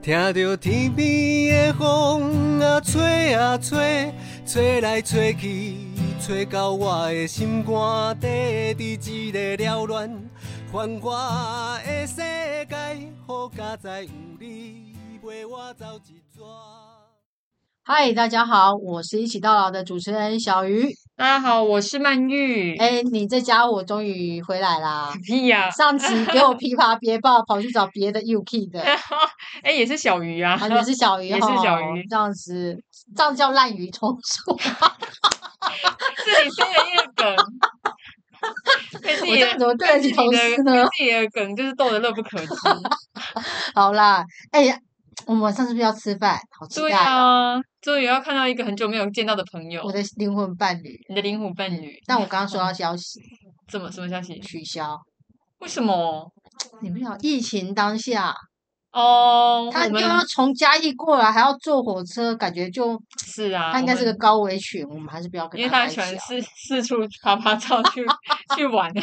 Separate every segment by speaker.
Speaker 1: 听着天边的风啊吹啊吹，吹来吹去，吹到我的心肝底，伫一个缭乱繁华的世界，好佳哉有你陪我走一逝。
Speaker 2: 嗨，大家好，我是一起到老的主持人小 鱼。
Speaker 3: 大家好，我是曼玉。
Speaker 2: 哎，你在家我终于回来 啦！
Speaker 3: 屁呀、
Speaker 2: 上期给我琵琶别抱，跑去找别的 UK 的，
Speaker 3: 哎、也是小鱼啊，
Speaker 2: 啊，你是小鱼
Speaker 3: 也是
Speaker 2: 哈，
Speaker 3: 小鱼
Speaker 2: 这样子，这样叫滥竽充 数。
Speaker 3: 自己生的一个梗，被自
Speaker 2: 我
Speaker 3: 己
Speaker 2: 这样
Speaker 3: 的
Speaker 2: 怎么对得起
Speaker 3: 被
Speaker 2: 同
Speaker 3: 自己
Speaker 2: 事
Speaker 3: 的
Speaker 2: 呢
Speaker 3: 被？自己的梗就是逗得乐不 可支。
Speaker 2: 好啦，哎呀，我们晚上是不是要吃饭？好期
Speaker 3: 对
Speaker 2: 待哦！
Speaker 3: 啊，终于要看到一个很久没有见到的朋友
Speaker 2: 我，的灵魂伴侣。
Speaker 3: 你的灵魂伴
Speaker 2: 嗯
Speaker 3: 侣。
Speaker 2: 但我刚刚收到消息，
Speaker 3: 怎么什么消息？
Speaker 2: 取消。
Speaker 3: 为什么？
Speaker 2: 你们想，疫情当下，
Speaker 3: 哦，
Speaker 2: 他
Speaker 3: 我
Speaker 2: 又
Speaker 3: 们
Speaker 2: 要从嘉义过来，还要坐火车，感觉就是
Speaker 3: 啊，
Speaker 2: 他应
Speaker 3: 我
Speaker 2: 该是
Speaker 3: 们
Speaker 2: 个高危群，我们还是不要跟
Speaker 3: 因为
Speaker 2: 他在一
Speaker 3: 他喜
Speaker 2: 起
Speaker 3: 欢
Speaker 2: 啊。
Speaker 3: 四四处拍拍照 去去玩啊，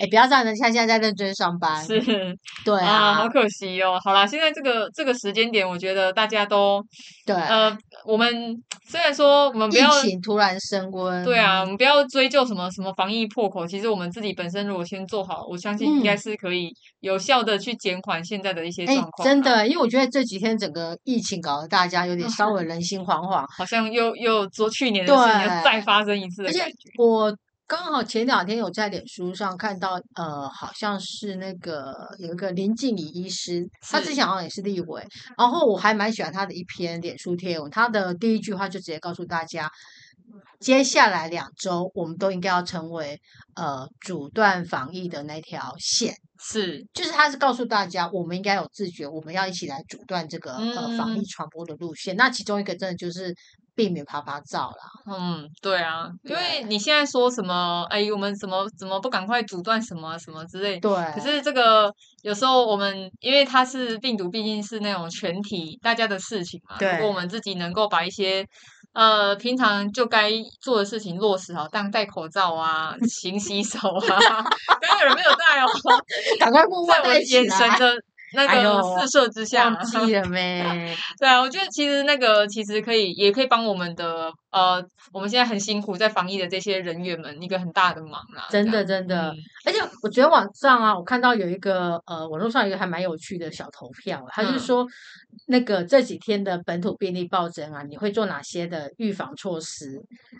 Speaker 2: 哎，不要这样的，他现在在认真上班。
Speaker 3: 是
Speaker 2: 对
Speaker 3: 啊，
Speaker 2: 啊
Speaker 3: 好，可惜哦。好啦，现在这个这个时间点，我觉得大家都
Speaker 2: 对，
Speaker 3: 呃，我们虽然说我们不要
Speaker 2: 疫情嗯突然升温。
Speaker 3: 对啊，我，们不要追究什么什么防疫破口，其实我们自己本身如果先做好，我相信应该
Speaker 2: 嗯
Speaker 3: 是可以有效的去减缓现在的一些
Speaker 2: 哎
Speaker 3: 状，况。啊
Speaker 2: 真，的，因为我觉得这几天整个疫情搞得大家有点稍微人心惶惶，
Speaker 3: 好像又又昨去年的事情又再
Speaker 2: 对
Speaker 3: 发生一次的
Speaker 2: 而且
Speaker 3: 感觉。
Speaker 2: 我刚好前两天有在脸书上看到，呃，好像是那个有一个林静怡医师，他之
Speaker 3: 是
Speaker 2: 前好像也是立委，然后我还蛮喜欢他的一篇脸书贴文，他的第一句话就直接告诉大家。接下来两周，我们都应该要成为呃阻断防疫的那条线，
Speaker 3: 是，
Speaker 2: 就是他是告诉大家，我们应该有自觉，我们要一起来阻断这个、呃防疫
Speaker 3: 嗯
Speaker 2: 传播的路线。那其中一个真的就是避免啪啪照啦，
Speaker 3: 嗯，对啊，因为
Speaker 2: 对
Speaker 3: 你现在说什么，哎，我们怎么怎么不赶快阻断什么什么之类，
Speaker 2: 对，
Speaker 3: 可是这个有时候我们，因为它是病毒，毕竟是那种全体大家的事情嘛。如
Speaker 2: 对
Speaker 3: 果我们自己能够把一些呃平常就该做的事情落实好，当戴口罩啊、勤洗手啊， 刚刚有人没有 戴哦，
Speaker 2: 赶快问
Speaker 3: 在
Speaker 2: 问
Speaker 3: 我
Speaker 2: 在一起
Speaker 3: 眼
Speaker 2: 啦
Speaker 3: 神的那
Speaker 2: 哎
Speaker 3: 个
Speaker 2: 呦
Speaker 3: 四射之下，啊
Speaker 2: 忘记 了没？
Speaker 3: 对啊，我觉得其实那个其实可以，也可以帮我们的呃，我们现在很辛苦在防疫的这些人员们一个很大的忙啦。
Speaker 2: 真
Speaker 3: 这
Speaker 2: 的
Speaker 3: 样
Speaker 2: 真的
Speaker 3: 嗯，
Speaker 2: 而且我昨天晚上啊，我看到有一个呃，网络上有一个还蛮有趣的小投票啊，他就是
Speaker 3: 嗯
Speaker 2: 说、那个这几天的本土病例暴增啊，你会做哪些的预防措施？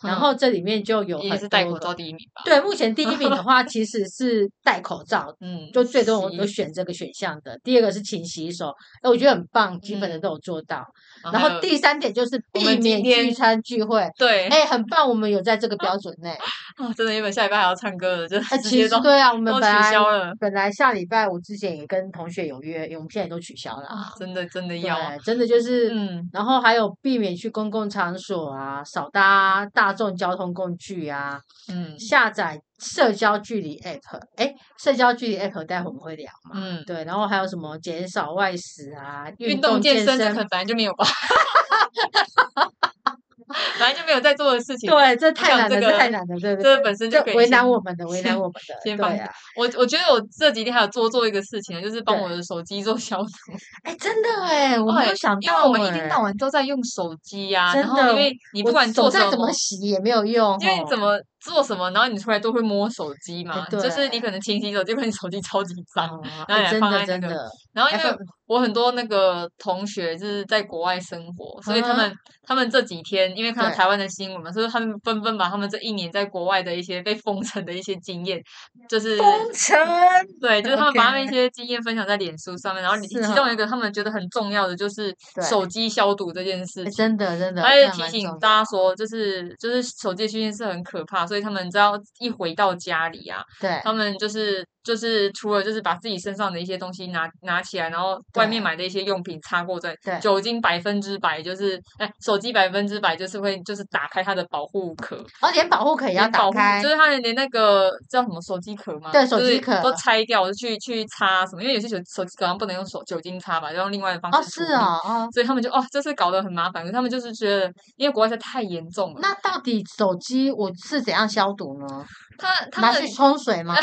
Speaker 2: 然
Speaker 3: 嗯
Speaker 2: 后这里面就有
Speaker 3: 也
Speaker 2: 很
Speaker 3: 是戴
Speaker 2: 多
Speaker 3: 口
Speaker 2: 个
Speaker 3: 罩。第一名吧。
Speaker 2: 对，目前第一名的话其实是戴口罩，
Speaker 3: 嗯，
Speaker 2: 就最多有
Speaker 3: 洗
Speaker 2: 有选这个选项的。第二个是勤洗手，哎，我觉得很棒，基本的
Speaker 3: 嗯
Speaker 2: 都有做到。然
Speaker 3: 然
Speaker 2: 后
Speaker 3: 后
Speaker 2: 第三点就是
Speaker 3: 我
Speaker 2: 避
Speaker 3: 们今
Speaker 2: 免聚
Speaker 3: 天
Speaker 2: 餐聚会，
Speaker 3: 对，
Speaker 2: 哎，很棒，我们有在这个标准内。
Speaker 3: 啊，真的原本下礼拜还要唱歌的，就
Speaker 2: 哎，
Speaker 3: 直
Speaker 2: 其
Speaker 3: 接
Speaker 2: 实
Speaker 3: 都
Speaker 2: 对啊，我们
Speaker 3: 都
Speaker 2: 本
Speaker 3: 取
Speaker 2: 来
Speaker 3: 消了
Speaker 2: 本来下礼拜我之前也跟同学有约，我们现在也都取消了啊。
Speaker 3: 啊，真的真的
Speaker 2: 对
Speaker 3: 要，，
Speaker 2: 真的就是，
Speaker 3: 嗯，
Speaker 2: 然后还有避免去公共场所啊，少搭大众交通工具啊，
Speaker 3: 嗯
Speaker 2: 下载社交距离 app，哎，社交距离 app 待会我们会聊嘛。
Speaker 3: 嗯，
Speaker 2: 对，然后还有什么减少外食啊，
Speaker 3: 运
Speaker 2: 动
Speaker 3: 动健
Speaker 2: 身
Speaker 3: 身这可能本来就没 有吧，本来就没有在做的事情。
Speaker 2: 对，这太
Speaker 3: 想
Speaker 2: 难
Speaker 3: 这
Speaker 2: 了，这太
Speaker 3: 个
Speaker 2: 难了，对对
Speaker 3: 这
Speaker 2: 对
Speaker 3: 本身就
Speaker 2: 这
Speaker 3: 可以
Speaker 2: 为难
Speaker 3: 先
Speaker 2: 我们的，为难
Speaker 3: 先
Speaker 2: 我们的，
Speaker 3: 先帮
Speaker 2: 对啊，
Speaker 3: 我我觉得我这几天还有多做一个事情，就是帮
Speaker 2: 对
Speaker 3: 我的手机做消毒，
Speaker 2: 哎，真的哎，我没
Speaker 3: 哎
Speaker 2: 有想
Speaker 3: 因为
Speaker 2: 到哎，
Speaker 3: 我们一天到晚都在用手机呀，
Speaker 2: 真
Speaker 3: 然后
Speaker 2: 的
Speaker 3: 因为你
Speaker 2: 我
Speaker 3: 不管
Speaker 2: 手
Speaker 3: 做
Speaker 2: 再
Speaker 3: 什
Speaker 2: 怎么洗也没有用，哦啊
Speaker 3: 因为你
Speaker 2: 吼
Speaker 3: 怎么做什么，然后你出来都会摸手机嘛，就是
Speaker 2: 哦对
Speaker 3: 你可能勤洗手，结果你手机超级脏。
Speaker 2: 哦
Speaker 3: 然
Speaker 2: 哎
Speaker 3: 后你还
Speaker 2: 真
Speaker 3: 放
Speaker 2: 的
Speaker 3: 在那
Speaker 2: 真
Speaker 3: 个
Speaker 2: 的，
Speaker 3: 然后因
Speaker 2: 哎
Speaker 3: 为
Speaker 2: 不
Speaker 3: 我很多那个同学就是在国外生活，所以他们、他们这几天因为看到
Speaker 2: 啊对
Speaker 3: 台湾的新闻嘛，所以他们纷纷把他们这一年在国外的一些被封城的一些经验，就是
Speaker 2: 城
Speaker 3: 对，就是他们把他们一
Speaker 2: OK
Speaker 3: 些经验分享在脸书上面，然后你
Speaker 2: 是
Speaker 3: 其中
Speaker 2: 哦
Speaker 3: 一个他们觉得很重要的就是
Speaker 2: 对
Speaker 3: 手机消毒这件事
Speaker 2: 哎
Speaker 3: 情。
Speaker 2: 真的真的，
Speaker 3: 他
Speaker 2: 这
Speaker 3: 就
Speaker 2: 还
Speaker 3: 提
Speaker 2: 蛮
Speaker 3: 醒
Speaker 2: 重
Speaker 3: 大
Speaker 2: 要
Speaker 3: 家说，就是就是手机的训练是很可怕，所以他们只要一回到家里啊，
Speaker 2: 对
Speaker 3: 他们就是就是除了就是把自己身上的一些东西拿拿起来，然后外
Speaker 2: 对
Speaker 3: 面买的一些用品擦过之外
Speaker 2: 对
Speaker 3: 酒精百分之百就是哎，手机百分之百就是会就是打开它的保护壳，
Speaker 2: 哦，连保护壳也要
Speaker 3: 连
Speaker 2: 打
Speaker 3: 保护
Speaker 2: 开
Speaker 3: 就，是它的连那个叫什么手机壳吗？
Speaker 2: 对手
Speaker 3: 就是
Speaker 2: 机壳
Speaker 3: 都拆掉，就去去擦什么，因为有些手手机壳好像不能用手酒精擦吧，要用另外的方
Speaker 2: 哦
Speaker 3: 式
Speaker 2: 是
Speaker 3: 处理。
Speaker 2: 哦哦，
Speaker 3: 所以他们就哦，这次搞得很麻烦。可是他们就是觉得，因为国外实在太严重了，
Speaker 2: 那到底手机我是怎样消毒呢？
Speaker 3: 他他
Speaker 2: 拿
Speaker 3: 们
Speaker 2: 去冲水吗？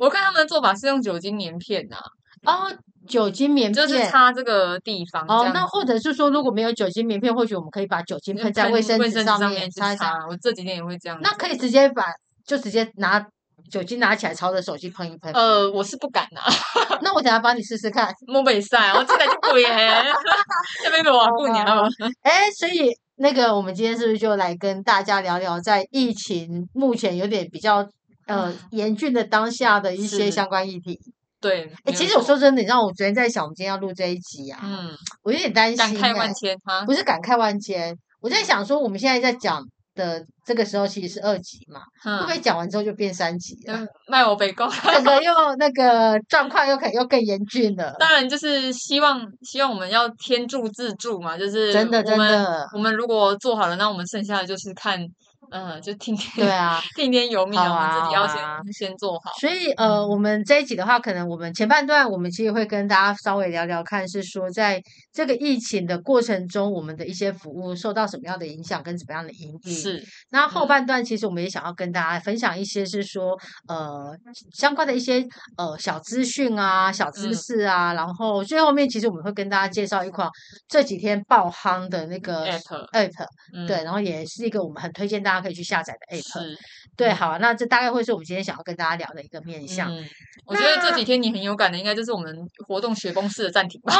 Speaker 3: 我看他们的做法是用酒精棉片呐、啊
Speaker 2: 哦，酒精棉片，
Speaker 3: 就是擦这个地方。这
Speaker 2: 哦，
Speaker 3: 样
Speaker 2: 那或者是说，如果没有酒精棉片，或许我们可以把酒精
Speaker 3: 就
Speaker 2: 喷在
Speaker 3: 喷
Speaker 2: 卫生
Speaker 3: 卫
Speaker 2: 纸
Speaker 3: 生
Speaker 2: 上
Speaker 3: 上
Speaker 2: 面
Speaker 3: 去
Speaker 2: 擦一擦。
Speaker 3: 擦。我这几天也会这样子。
Speaker 2: 那可以直接把就直接拿酒精拿起来，朝着手机喷一 喷。
Speaker 3: 呃，我是不敢啊，
Speaker 2: 那我等下帮你试试看。
Speaker 3: 摸北晒，我真的就鬼耶，这边有瓦过年了。
Speaker 2: 哎，所以那个我们今天是不是就来跟大家聊聊，在疫情目前有点比较呃严峻的当下的一些
Speaker 3: 嗯是
Speaker 2: 相关议题？
Speaker 3: 对，
Speaker 2: 哎，
Speaker 3: 没
Speaker 2: 其
Speaker 3: 有
Speaker 2: 实我
Speaker 3: 错
Speaker 2: 说真的，你知道我昨天在想，我们今天要录这一集啊，
Speaker 3: 嗯，
Speaker 2: 我有点担心、
Speaker 3: 感
Speaker 2: 欸。
Speaker 3: 慨万千哈，
Speaker 2: 不是感慨万千，我在想说，我们现在在讲的这个时候其实是二级嘛，会不会
Speaker 3: 嗯，
Speaker 2: 讲完之后就变三级了？
Speaker 3: 嗯卖我北贡。
Speaker 2: 那个又那个状况又可又更严峻 了，
Speaker 3: 当然就是希望希望我们要天助自助嘛，就是
Speaker 2: 真的
Speaker 3: 我
Speaker 2: 真
Speaker 3: 们
Speaker 2: 的，
Speaker 3: 我们如果做好了，那我们剩下的就是看，呃，就听天
Speaker 2: 对啊。
Speaker 3: 听天由命
Speaker 2: 好啊
Speaker 3: 我们自己要
Speaker 2: 好啊
Speaker 3: 先先做好。
Speaker 2: 所以呃，我们这一集的话，可能我们前半段我们其实会跟大家稍微聊聊看，是说在这个疫情的过程中，我们的一些服务受到什么样的影响，跟怎么样的影响。
Speaker 3: 是，
Speaker 2: 那后
Speaker 3: 嗯
Speaker 2: 半段其实我们也想要跟大家分享一些，是说呃相关的一些呃小资讯啊、小知
Speaker 3: 嗯
Speaker 2: 识啊，然后最后面其实我们会跟大家介绍一款这几天爆夯的那个
Speaker 3: App
Speaker 2: app，
Speaker 3: 嗯，
Speaker 2: 对，，然后也是一个我们很推荐大家可以去下载的 app。
Speaker 3: 是，
Speaker 2: 对，
Speaker 3: 嗯
Speaker 2: 好，啊那这大概会是我们今天想要跟大家聊的一个面向。
Speaker 3: 嗯，我觉得这
Speaker 2: 那
Speaker 3: 几天你很有感的，应该就是我们活动学公司的暂停吧？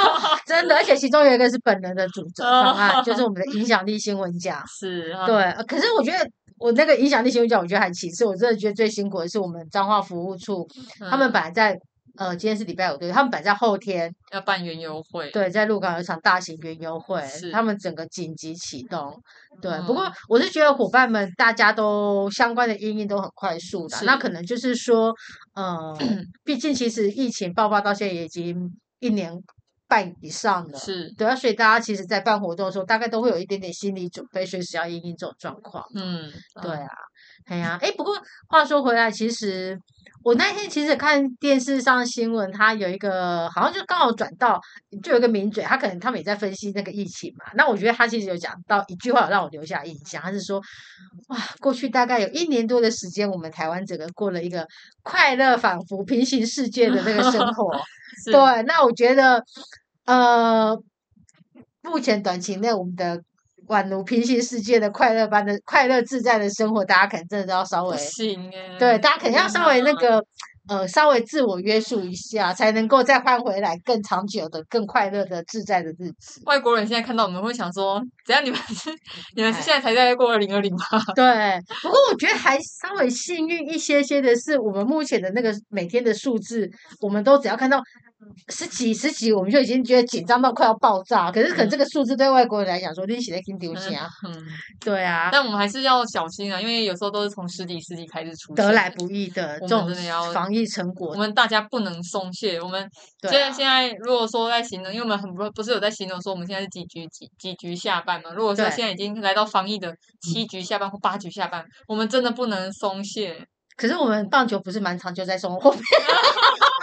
Speaker 2: 真的，而且其中有一个是本人的主责方案，就是
Speaker 3: 哦
Speaker 2: 我们的影响力新闻 奖。
Speaker 3: 是， 啊
Speaker 2: 对，呃可是我觉得我那个影响力新闻奖，我觉得还其次，我真的觉得最辛苦的是我们彰化服务处，他们
Speaker 3: 嗯
Speaker 2: 本来在呃今天是礼拜五对不对，他们本来在后天
Speaker 3: 要办园游会，
Speaker 2: 对，在鹿港有一场大型园游会，他
Speaker 3: 是嗯
Speaker 2: 们整个紧急启动。对，不过我是觉得伙伴们大家都相关的应应都很快速的，那
Speaker 3: 是
Speaker 2: 可能就是说， 呃，毕竟其实疫情爆发到现在也已经一年半以上了。
Speaker 3: 是，
Speaker 2: 对啊，所以大家其实，在办活动的时候，大概都会有一点点心理准备，随时要应应这种状况。
Speaker 3: 嗯，
Speaker 2: 对
Speaker 3: 嗯
Speaker 2: 啊，哎呀、哎，不过话说回来，其实我那天其实看电视上新闻，它有一个好像就刚好转到，就有一个名嘴，他可能他们也在分析那个疫情嘛。那我觉得他其实有讲到一句话，让我留下印象，他是说，哇，过去大概有一年多的时间，我们台湾整个过了一个快乐仿佛平行世界的那个生活。
Speaker 3: 是，
Speaker 2: 对，那我觉得，呃，目前短期内我们的宛如平行世界的快乐般的快乐自在的生活，大家可能真的都要稍
Speaker 3: 不
Speaker 2: 微
Speaker 3: 行哎，
Speaker 2: 对，大家可能要
Speaker 3: 天
Speaker 2: 稍微那
Speaker 3: 哪
Speaker 2: 个呃，稍微自我约束一下，才能够再换回来更长久的、更快乐的、自在的日子。
Speaker 3: 外国人现在看到我们会想说，怎样你们是你们是
Speaker 2: 哎
Speaker 3: 现在才在过二零二零吗？
Speaker 2: 对，不过我觉得还稍微幸运一些些的是，我们目前的那个每天的数字，我们都只要看到十几十几，我们就已经觉得紧张到快要爆炸。可是可能
Speaker 3: 嗯
Speaker 2: 这个数字对外国人来讲说，你写在听丢钱啊，
Speaker 3: 嗯，
Speaker 2: 对啊，
Speaker 3: 但我们还是要小心啊，因为有时候都是从十几世纪开始出现
Speaker 2: 得
Speaker 3: 的
Speaker 2: 来不易的这
Speaker 3: 我们
Speaker 2: 种
Speaker 3: 真的要
Speaker 2: 防疫成果
Speaker 3: 我，们大家不能松懈。我们
Speaker 2: 对
Speaker 3: 现在、
Speaker 2: 啊
Speaker 3: 现在如果说在形容，因为我们很不不是有在形容说我们现在是几局几几局下半嘛？如果说
Speaker 2: 对嗯
Speaker 3: 现在已经来到防疫的七局下半或八局下半，我们真的不能松懈。
Speaker 2: 可是我们棒球不是蛮长久在生活后面，
Speaker 3: 所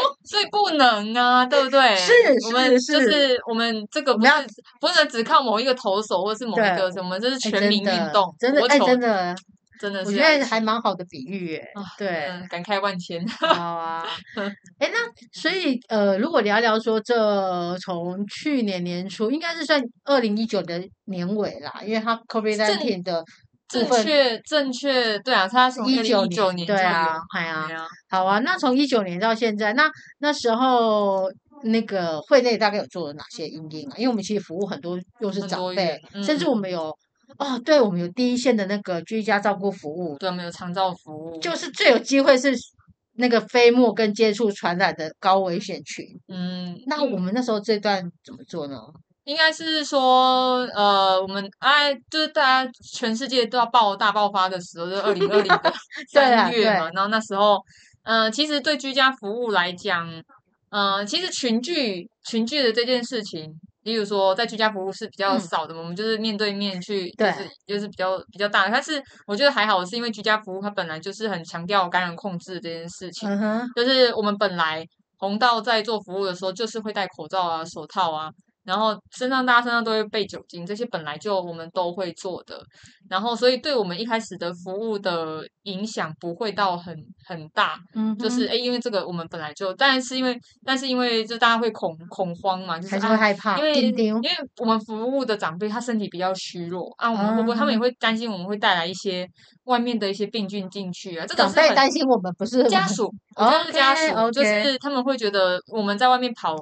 Speaker 3: 以所以不能啊，对不对？
Speaker 2: 是
Speaker 3: 我们
Speaker 2: 是
Speaker 3: 就是是我们这个
Speaker 2: 我
Speaker 3: 不
Speaker 2: 们
Speaker 3: 是
Speaker 2: 要
Speaker 3: 不能只靠某一个投手或是某
Speaker 2: 对
Speaker 3: 一个什么，这是
Speaker 2: 哎
Speaker 3: 全
Speaker 2: 真
Speaker 3: 民
Speaker 2: 的
Speaker 3: 运动，
Speaker 2: 真的
Speaker 3: 国
Speaker 2: 哎，
Speaker 3: 球
Speaker 2: 真的，
Speaker 3: 真的
Speaker 2: 我
Speaker 3: 是
Speaker 2: 觉
Speaker 3: 要一
Speaker 2: 得
Speaker 3: 起
Speaker 2: 还蛮好的比喻耶，
Speaker 3: 啊
Speaker 2: 对。
Speaker 3: 嗯，感慨万 千。
Speaker 2: 好 啊，哎，那所以呃，如果聊聊说这从去年年初，应该是算二零一九的年尾啦，因为它 COVID
Speaker 3: 正
Speaker 2: nineteen 的部
Speaker 3: 正
Speaker 2: 分
Speaker 3: 确正确，对啊，他从
Speaker 2: 一九
Speaker 3: 一九年
Speaker 2: 对
Speaker 3: 就有
Speaker 2: 啊，哎呀、
Speaker 3: 对啊，
Speaker 2: 好啊，那从一九年到现在，那那时候那个会内大概有做了哪些应应啊？因为我们其实服务很多又是
Speaker 3: 很
Speaker 2: 长
Speaker 3: 多
Speaker 2: 辈
Speaker 3: 元，嗯
Speaker 2: 甚至
Speaker 3: 嗯
Speaker 2: 我们有哦，对，我们有第一线的那个居家照顾服务，
Speaker 3: 对啊，我们有长照服务，
Speaker 2: 就是最有机会是那个飞沫跟接触传染的高危险群。
Speaker 3: 嗯，
Speaker 2: 那
Speaker 3: 应
Speaker 2: 我们那时候这段怎么做呢？
Speaker 3: 应该是说，呃，我们哎，就是大家全世界都要爆大爆发的时候，就是二零二零的
Speaker 2: 对啊
Speaker 3: 三月嘛，
Speaker 2: 对
Speaker 3: 然后那时候，呃，其实对居家服务来讲，呃，其实群聚群聚的这件事情。例如说，在居家服务是比较
Speaker 2: 嗯
Speaker 3: 少的嘛，我们就是面对面去，就
Speaker 2: 对
Speaker 3: 是就是比较比较大的。但是我觉得还好，是因为居家服务它本来就是很强调感染控制这件事情，
Speaker 2: 嗯哼，
Speaker 3: 就是我们本来红道在做服务的时候，就是会戴口罩啊、手套啊，然后身上大家身上都会备酒精，这些本来就我们都会做的，然后所以对我们一开始的服务的影响不会到很很大，
Speaker 2: 嗯哼，
Speaker 3: 就是哎、诶因为这个我们本来就，但是因为但是因为就大家会恐恐慌嘛，就是
Speaker 2: 还是
Speaker 3: 啊
Speaker 2: 会害怕，
Speaker 3: 因为
Speaker 2: 叮叮
Speaker 3: 因为我们服务的长辈他身体比较虚弱啊，我们会不会他们也会担心我们会带来一些外面的一些病菌进去啊？这个
Speaker 2: 长
Speaker 3: 是
Speaker 2: 辈
Speaker 3: 很
Speaker 2: 担心我们不是
Speaker 3: 家
Speaker 2: 我们
Speaker 3: 属，我觉得是家属
Speaker 2: OK，OK
Speaker 3: 就是他们会觉得我们在外面跑，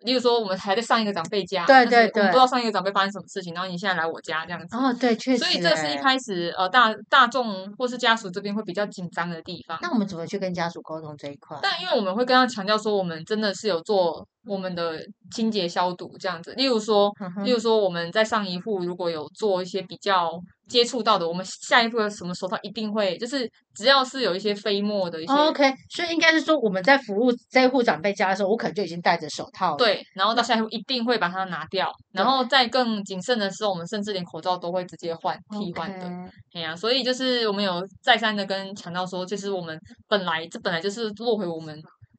Speaker 3: 例如说我们还在上一个长辈家，
Speaker 2: 对
Speaker 3: 但
Speaker 2: 对
Speaker 3: 是我们
Speaker 2: 对
Speaker 3: 不知道上一个长辈发生什么事情，然后你现在来我家这样子。
Speaker 2: 哦，对，确实
Speaker 3: 所
Speaker 2: 欸，
Speaker 3: 以这是一开始呃大大众或是家属这边会比较紧张的地方。
Speaker 2: 那我们怎么去跟家属沟通这一块？
Speaker 3: 但因为我们会跟他强调说，我们真的是有做我们的清洁消毒这样子。例如说，
Speaker 2: 嗯哼
Speaker 3: 例如说我们在上一户如果有做一些比较接触到的，我们下一步的什么手套一定会，就是只要是有一些飞沫的一些。
Speaker 2: 哦 OK，所以应该是说我们在服务这户长辈家的时候，我可能就已经戴着手套了。，
Speaker 3: 对，然后到下一步一定会把它拿掉，然
Speaker 2: 对
Speaker 3: 后在更谨慎的时候，我们甚至连口罩都会直接换
Speaker 2: 哦
Speaker 3: 替换的。哎呀、所以就是我们有再三的跟强调说，就是我们本来这本来就是落回我们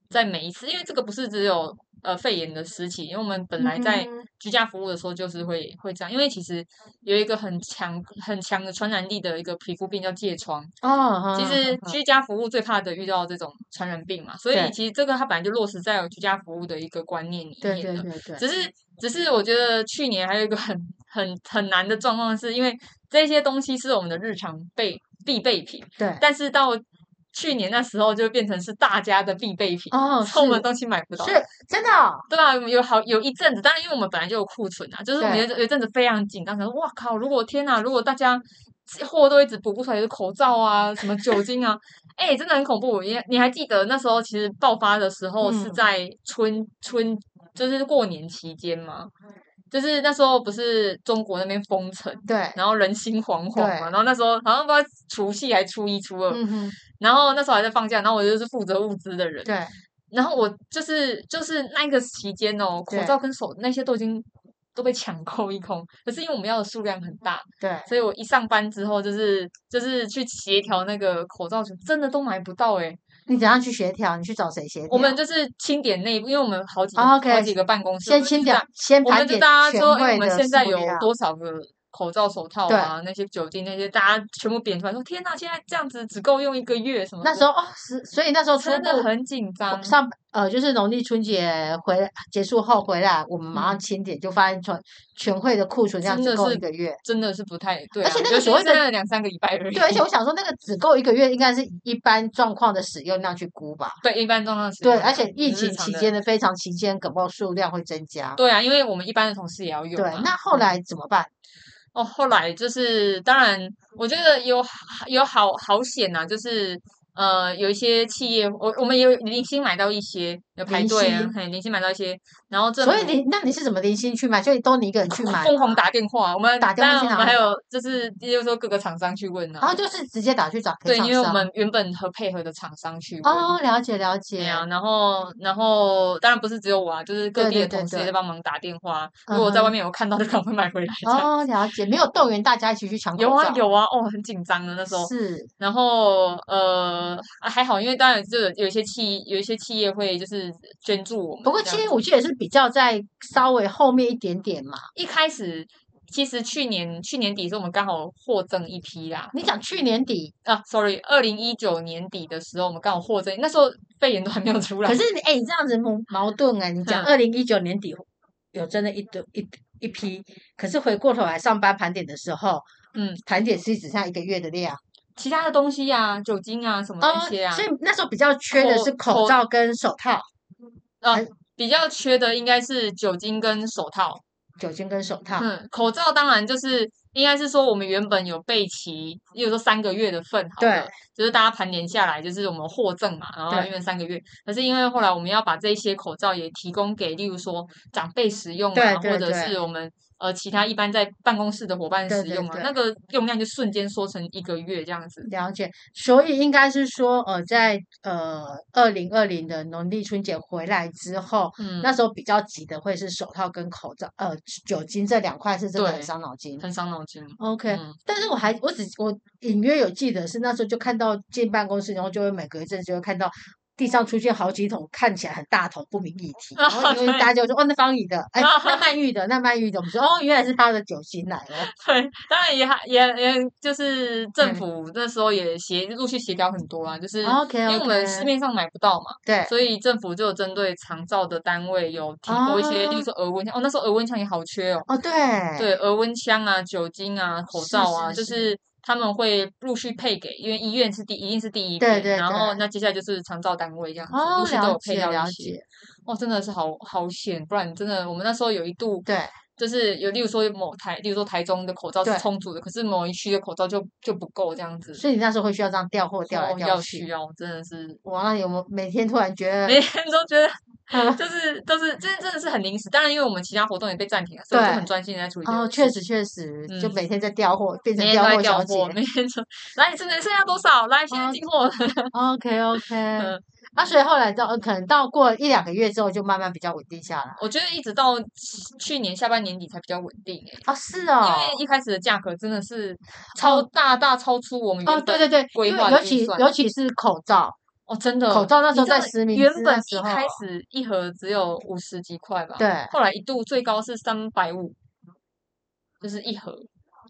Speaker 3: 在每一次，因为这个不是只有呃肺炎的时期，因为我们本来在
Speaker 2: 嗯
Speaker 3: 居家服务的时候就是会会这样，因为其实有一个很强很强的传染力的一个皮肤病叫疥疮，
Speaker 2: 哦，
Speaker 3: 其
Speaker 2: 好
Speaker 3: 实
Speaker 2: 好好
Speaker 3: 居家服务最怕的遇到这种传染病嘛，所以
Speaker 2: 对
Speaker 3: 其实这个它本来就落实在居家服务的一个观念里
Speaker 2: 对
Speaker 3: 面
Speaker 2: 对
Speaker 3: 的。
Speaker 2: 对对，
Speaker 3: 只是只是我觉得去年还有一个很很很难的状况，是因为这些东西是我们的日常备必备品，
Speaker 2: 对
Speaker 3: 但是到去年那时候就变成是大家的必备品，
Speaker 2: 哦，
Speaker 3: 我们
Speaker 2: 是
Speaker 3: 东西买不到。
Speaker 2: 是真的哦，
Speaker 3: 对啊，有好有一阵子，当然因为我们本来就有库存啊，就是我们有一阵有一阵子非常紧张，想说哇靠，如果天哪，如果大家货都一直补不出来，就是口罩啊、什么酒精啊，哎、真的很恐怖。你你还记得那时候其实爆发的时候是
Speaker 2: 嗯
Speaker 3: 在春、春，就是过年期间吗？就是那时候不是中国那边封城，
Speaker 2: 对，
Speaker 3: 然后人心惶惶
Speaker 2: 对
Speaker 3: 嘛，然后那时候好像不知道除夕还初一初二，
Speaker 2: 嗯哼，
Speaker 3: 然后那时候还在放假，然后我就是负责物资的人，
Speaker 2: 对，
Speaker 3: 然后我就是就是那个期间哦，口
Speaker 2: 对
Speaker 3: 罩跟手那些都已经都被抢购一空。可是因为我们要的数量很大，
Speaker 2: 对，
Speaker 3: 所以我一上班之后就是就是去协调那个口罩群，真的都买不到诶、欸
Speaker 2: 你怎样去协调？你去找谁协调？
Speaker 3: 我们就是清点内部，因为我们好几个、
Speaker 2: 啊，OK，
Speaker 3: 好几个办公室，我
Speaker 2: 先
Speaker 3: 们
Speaker 2: 清
Speaker 3: 就
Speaker 2: 点
Speaker 3: 这样，
Speaker 2: 先
Speaker 3: 我
Speaker 2: 盘
Speaker 3: 们就
Speaker 2: 点
Speaker 3: 大家
Speaker 2: 全
Speaker 3: 说，哎、
Speaker 2: 会
Speaker 3: 我们
Speaker 2: 的
Speaker 3: 现在
Speaker 2: 数
Speaker 3: 有
Speaker 2: 量
Speaker 3: 多少个口罩、手套
Speaker 2: 对
Speaker 3: 啊，那些酒精那些，大家全部点出来说，天呐，现在这样子只够用一个月什么的？
Speaker 2: 那时候哦，是所以那时候初
Speaker 3: 真的
Speaker 2: 步
Speaker 3: 很紧张，
Speaker 2: 上呃，就是农历春节回来结束后回来，我们马上清点，就发现全全会的库存量
Speaker 3: 嗯真
Speaker 2: 只
Speaker 3: 的
Speaker 2: 够一
Speaker 3: 是
Speaker 2: 个月。
Speaker 3: 真的是不太对、啊，
Speaker 2: 而且那个
Speaker 3: 尤其
Speaker 2: 所谓
Speaker 3: 是
Speaker 2: 的
Speaker 3: 那两三个礼拜而已。
Speaker 2: 对，而且我想说，那个只够一个月，应该是以一般状况的使用量去估吧。
Speaker 3: 对一般状况是
Speaker 2: 对，
Speaker 3: 这
Speaker 2: 而
Speaker 3: 样
Speaker 2: 且疫
Speaker 3: 日
Speaker 2: 情
Speaker 3: 常
Speaker 2: 期
Speaker 3: 的
Speaker 2: 间的非常期间，感冒数量会增加。
Speaker 3: 对啊，因为我们一般的同事也要用
Speaker 2: 对
Speaker 3: 嘛、，
Speaker 2: 那后
Speaker 3: 嗯
Speaker 2: 来怎么办？
Speaker 3: 哦，后来就是当然，我觉得有好有好好险呐、就是呃有一些企业，我我们也有零星买到一些，有排
Speaker 2: 零
Speaker 3: 队啊
Speaker 2: 星，
Speaker 3: 嘿，零星买到一些，然后政
Speaker 2: 所以
Speaker 3: 府
Speaker 2: 你那你是怎么零星去买？所以都你一个人去买
Speaker 3: 疯狂
Speaker 2: 吗，
Speaker 3: 打电话，我们
Speaker 2: 打电话
Speaker 3: 当
Speaker 2: 去
Speaker 3: 然我
Speaker 2: 哪
Speaker 3: 们还
Speaker 2: 里
Speaker 3: 有就是就是说各个厂商去问
Speaker 2: 然
Speaker 3: 啊
Speaker 2: 后，就是直接打去找
Speaker 3: 对，
Speaker 2: 厂
Speaker 3: 因为我
Speaker 2: 商
Speaker 3: 们原本和配合的厂商去问。
Speaker 2: 哦，了解了
Speaker 3: 对
Speaker 2: 解，
Speaker 3: 啊，然后然后当然不是只有我啊，就是各
Speaker 2: 对
Speaker 3: 地
Speaker 2: 对
Speaker 3: 的
Speaker 2: 对
Speaker 3: 同事也
Speaker 2: 对
Speaker 3: 在帮忙打电话。如果我在
Speaker 2: 嗯
Speaker 3: 外
Speaker 2: 哼
Speaker 3: 面有看到，就赶快买回来。这样
Speaker 2: 哦，了解，没有动员大家一起去抢口
Speaker 3: 有啊
Speaker 2: 罩，
Speaker 3: 有啊，哦，很紧张的那时候。
Speaker 2: 是，
Speaker 3: 然后呃、啊还好，因为当然就有有一些企有一些企业会就是捐助我们这
Speaker 2: 不过
Speaker 3: 样子。
Speaker 2: 七五七也是比较在稍微后面一点点嘛。
Speaker 3: 一开始其实去年去年底的时候，我们刚好获赠一批啦。
Speaker 2: 你讲去年底，
Speaker 3: 啊，sorry，二零一九年底的时候，我们刚好获赠，那时候肺炎都还没有出来。
Speaker 2: 可是你哎、你这样子矛矛盾哎、你讲
Speaker 3: 嗯
Speaker 2: 二零一九年底有真的一堆一一批，可是回过头来上班盘点的时候，
Speaker 3: 嗯，
Speaker 2: 盘点是只剩下一个月的量哦
Speaker 3: 其他的东西啊，酒精啊什么那些啊，
Speaker 2: 呃所以那时候比较缺的是
Speaker 3: 口
Speaker 2: 口罩跟手套，还
Speaker 3: 呃，比较缺的应该是酒精跟手套。
Speaker 2: 酒精跟手套，
Speaker 3: 嗯，口罩当然就是应该是说我们原本有备齐，例如说三个月的份好
Speaker 2: 对
Speaker 3: 了，就是大家盘点下来，就是我们获赠嘛，然后
Speaker 2: 对
Speaker 3: 因为三个月，可是因为后来我们要把这些口罩也提供给例如说长辈使用啊，
Speaker 2: 对对
Speaker 3: 或者
Speaker 2: 对
Speaker 3: 是我们呃其他一般在办公室的伙伴
Speaker 2: 对
Speaker 3: 使
Speaker 2: 对
Speaker 3: 用啊，
Speaker 2: 对
Speaker 3: 那个用量就瞬间缩成一个月这样子。
Speaker 2: 了解，所以应该是说，呃，在呃二零二零的农历春节回来之后，
Speaker 3: 嗯，
Speaker 2: 那时候比较急的会是手套跟口罩，呃，酒精这两块是真的很
Speaker 3: 对
Speaker 2: 伤脑筋。
Speaker 3: 嗯很伤脑筋。
Speaker 2: OK，、
Speaker 3: 嗯，
Speaker 2: 但是我还我只我隐约有记得是那时候就看到进办公室，然后就会每隔一阵就会看到地上出现好几桶看起来很大桶不明液 体，然后
Speaker 3: 啊
Speaker 2: 因为
Speaker 3: 对
Speaker 2: 大家就说哦，那方宇的， 哎，那曼玉的，那曼玉的，我们说哦，原来是他的酒精来了。
Speaker 3: 对，当然也还也也就是
Speaker 2: 嗯
Speaker 3: 政
Speaker 2: 哦
Speaker 3: 府那时候也协陆续协调很多啦， 就是因
Speaker 2: OK
Speaker 3: 为我们市
Speaker 2: OK，
Speaker 3: 面上买不到嘛，
Speaker 2: 对，
Speaker 3: 所以政府就有针对长照的单位有提供一些，例
Speaker 2: 哦
Speaker 3: 如说额温枪，哦，那时候额温枪也好缺哦，
Speaker 2: 哦对，
Speaker 3: 对，额温枪啊、酒精啊、口
Speaker 2: 是
Speaker 3: 罩啊，
Speaker 2: 是
Speaker 3: 就是是他们会陆续配给，因为医院是第一定是第一
Speaker 2: 对
Speaker 3: 片，
Speaker 2: 对
Speaker 3: 然后
Speaker 2: 对
Speaker 3: 那接下来就是长照单位这样子，
Speaker 2: 哦
Speaker 3: 陆续都
Speaker 2: 了
Speaker 3: 有配
Speaker 2: 解
Speaker 3: 到
Speaker 2: 了
Speaker 3: 一些。
Speaker 2: 解，
Speaker 3: 哦，真的是好好险，不然真的我们那时候有一度
Speaker 2: 对，
Speaker 3: 就是有，例如说某台，例如说台中的口罩是
Speaker 2: 对
Speaker 3: 充足的，可是某一区的口罩就就不够这样子，
Speaker 2: 所以你那时候会需要这样调货调来
Speaker 3: 哦
Speaker 2: 调
Speaker 3: 要需
Speaker 2: 去。
Speaker 3: 要，真的是
Speaker 2: 哇，那你有没有每天突然觉得
Speaker 3: 每天都觉得
Speaker 2: 嗯
Speaker 3: 就是都是真真的是很临时。当然，因为我们其他活动也被暂停了，所以我就
Speaker 2: 对
Speaker 3: 很专心的在处理这
Speaker 2: 哦，
Speaker 3: 件
Speaker 2: 确
Speaker 3: 事
Speaker 2: 实确实，就
Speaker 3: 嗯
Speaker 2: 每天在调货，变成
Speaker 3: 每天
Speaker 2: 调
Speaker 3: 都在
Speaker 2: 货
Speaker 3: 调
Speaker 2: 小姐。
Speaker 3: 货，每天说来，剩剩下多少？来，现
Speaker 2: 哦
Speaker 3: 在进货了。
Speaker 2: OK OK，啊， 所以后来到呃可能到过一两个月之后，就慢慢比较稳定下来。
Speaker 3: 我觉得一直到去年下半年底才比较稳定诶、
Speaker 2: 哦，是
Speaker 3: 因
Speaker 2: 哦，
Speaker 3: 为一开始的价格真的是超大大超出我们
Speaker 2: 哦，
Speaker 3: 原
Speaker 2: 对
Speaker 3: 本
Speaker 2: 对对，
Speaker 3: 规
Speaker 2: 因为
Speaker 3: 划
Speaker 2: 尤
Speaker 3: 的预
Speaker 2: 其
Speaker 3: 算
Speaker 2: 尤其是口罩，
Speaker 3: 哦，真的
Speaker 2: 口罩那
Speaker 3: 你
Speaker 2: 时候
Speaker 3: 知道
Speaker 2: 在实名
Speaker 3: 原
Speaker 2: 制那
Speaker 3: 本
Speaker 2: 时
Speaker 3: 一开
Speaker 2: 候
Speaker 3: 始一盒只有五十几块吧，
Speaker 2: 对，
Speaker 3: 后来一度最高是三百五，就是一盒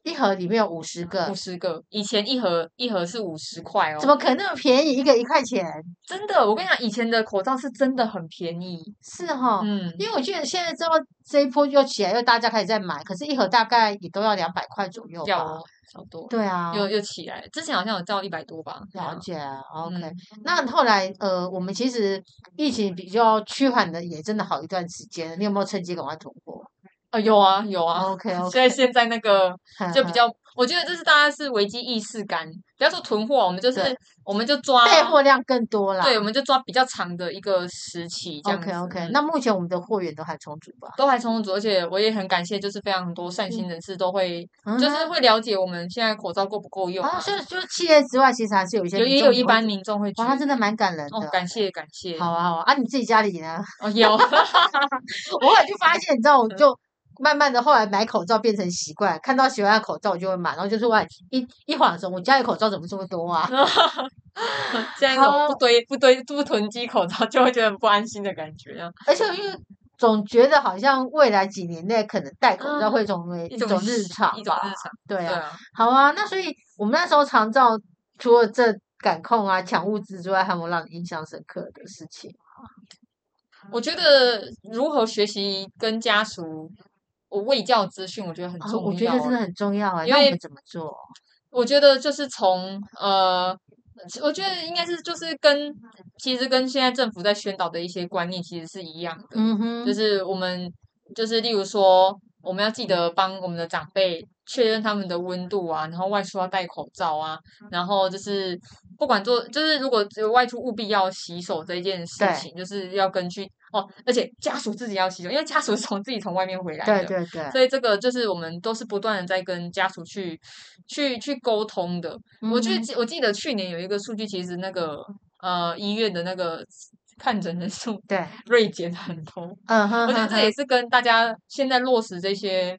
Speaker 2: 一盒里面有五十个
Speaker 3: 五，十个，以前一盒一盒是五十块
Speaker 2: 怎
Speaker 3: 哦，
Speaker 2: 么可能那么便宜？一个一块钱，
Speaker 3: 真的，我跟你讲，以前的口罩是真的很便宜，
Speaker 2: 是哈、
Speaker 3: 嗯，
Speaker 2: 因为我记得现在之后这一波又起来，又大家开始在买，可是一盒大概也都要两百块左右
Speaker 3: 要
Speaker 2: 吧。
Speaker 3: 哦差不多，
Speaker 2: 对啊，
Speaker 3: 又又起来了，之前好像有到一百多吧，对
Speaker 2: 了
Speaker 3: 啊
Speaker 2: 解，OK。
Speaker 3: 嗯
Speaker 2: 那后来，呃，我们其实疫情比较趋缓的，也真的好一段时间了。你有没有趁机赶快突 破
Speaker 3: 啊有啊有啊，
Speaker 2: 哦？OK 嗯
Speaker 3: 所以
Speaker 2: OK，
Speaker 3: 现在那个就比较，我觉得这是大家是危机意识感，不要说囤货，我们就
Speaker 2: 对
Speaker 3: 是我们就 抓
Speaker 2: 备货量更多啦。
Speaker 3: 对，我们就抓比较长的一个时期这样子。
Speaker 2: ，OK OK。
Speaker 3: 嗯
Speaker 2: 那目前我们的货源都还充足吧？
Speaker 3: 都还充足，而且我也很感谢，就是非常多善心人士都会，
Speaker 2: 嗯
Speaker 3: 就是
Speaker 2: 哼
Speaker 3: 会了解我们现在口罩够不够用、
Speaker 2: 啊，
Speaker 3: 啊。
Speaker 2: 所以就是企业之外，其实还是有一些
Speaker 3: 有
Speaker 2: 民
Speaker 3: 也
Speaker 2: 众
Speaker 3: 有
Speaker 2: 你
Speaker 3: 一
Speaker 2: 会
Speaker 3: 般
Speaker 2: 觉
Speaker 3: 民众会觉
Speaker 2: 哇，
Speaker 3: 得
Speaker 2: 他真的蛮感人的。
Speaker 3: 哦，感谢感谢。
Speaker 2: 好啊好啊，啊，你自己家里呢？
Speaker 3: 哦，有
Speaker 2: 我后来就发现，你知道，我就慢慢的后来买口罩变成习惯，看到喜欢的口罩我就会买，然后就是哇，一一晃神，我家里口罩怎么这么多啊？
Speaker 3: 现在那种
Speaker 2: 好
Speaker 3: 不堆不堆不囤积口罩，就会觉得很不安心的感觉啊，
Speaker 2: 而且因为总觉得好像未来几年内可能戴口罩
Speaker 3: 嗯
Speaker 2: 会成为
Speaker 3: 一
Speaker 2: 一种日
Speaker 3: 习
Speaker 2: 常
Speaker 3: 一种日
Speaker 2: 吧。
Speaker 3: 常。
Speaker 2: 对
Speaker 3: 对
Speaker 2: 啊，
Speaker 3: 啊，
Speaker 2: 好啊，那所以我们那时候长照除了这感控啊、抢物资之外，还有没有让你印象深刻的事情？
Speaker 3: 我觉得如何学习跟家属，我卫教资讯，我觉得很
Speaker 2: 啊，
Speaker 3: 重要。
Speaker 2: 我觉得真的很重要啊、
Speaker 3: 因
Speaker 2: 那我
Speaker 3: 为
Speaker 2: 们怎么做？
Speaker 3: 我觉得就是从呃，其我觉得应该是就是跟其实跟现在政府在宣导的一些观念其实是一样的，
Speaker 2: 嗯哼，
Speaker 3: 就是我们就是例如说我们要记得帮我们的长辈确认他们的温度啊，然后外出要戴口罩啊，然后就是不管做就是如果只有外出务必要洗手这一件事
Speaker 2: 对
Speaker 3: 情，就是要根据哦，而且家属自己要洗手，因为家属是从自己从外面回来
Speaker 2: 对
Speaker 3: 的，
Speaker 2: 对对，
Speaker 3: 所以这个就是我们都是不断的在跟家属去去去沟通的。我去
Speaker 2: 嗯哼
Speaker 3: 记我记得去年有一个数据，其实那个呃医院的那个看诊人数
Speaker 2: 对，
Speaker 3: 锐减很多，
Speaker 2: 嗯哼，
Speaker 3: 我觉得
Speaker 2: 哼
Speaker 3: 这也是跟大家现在落实这些。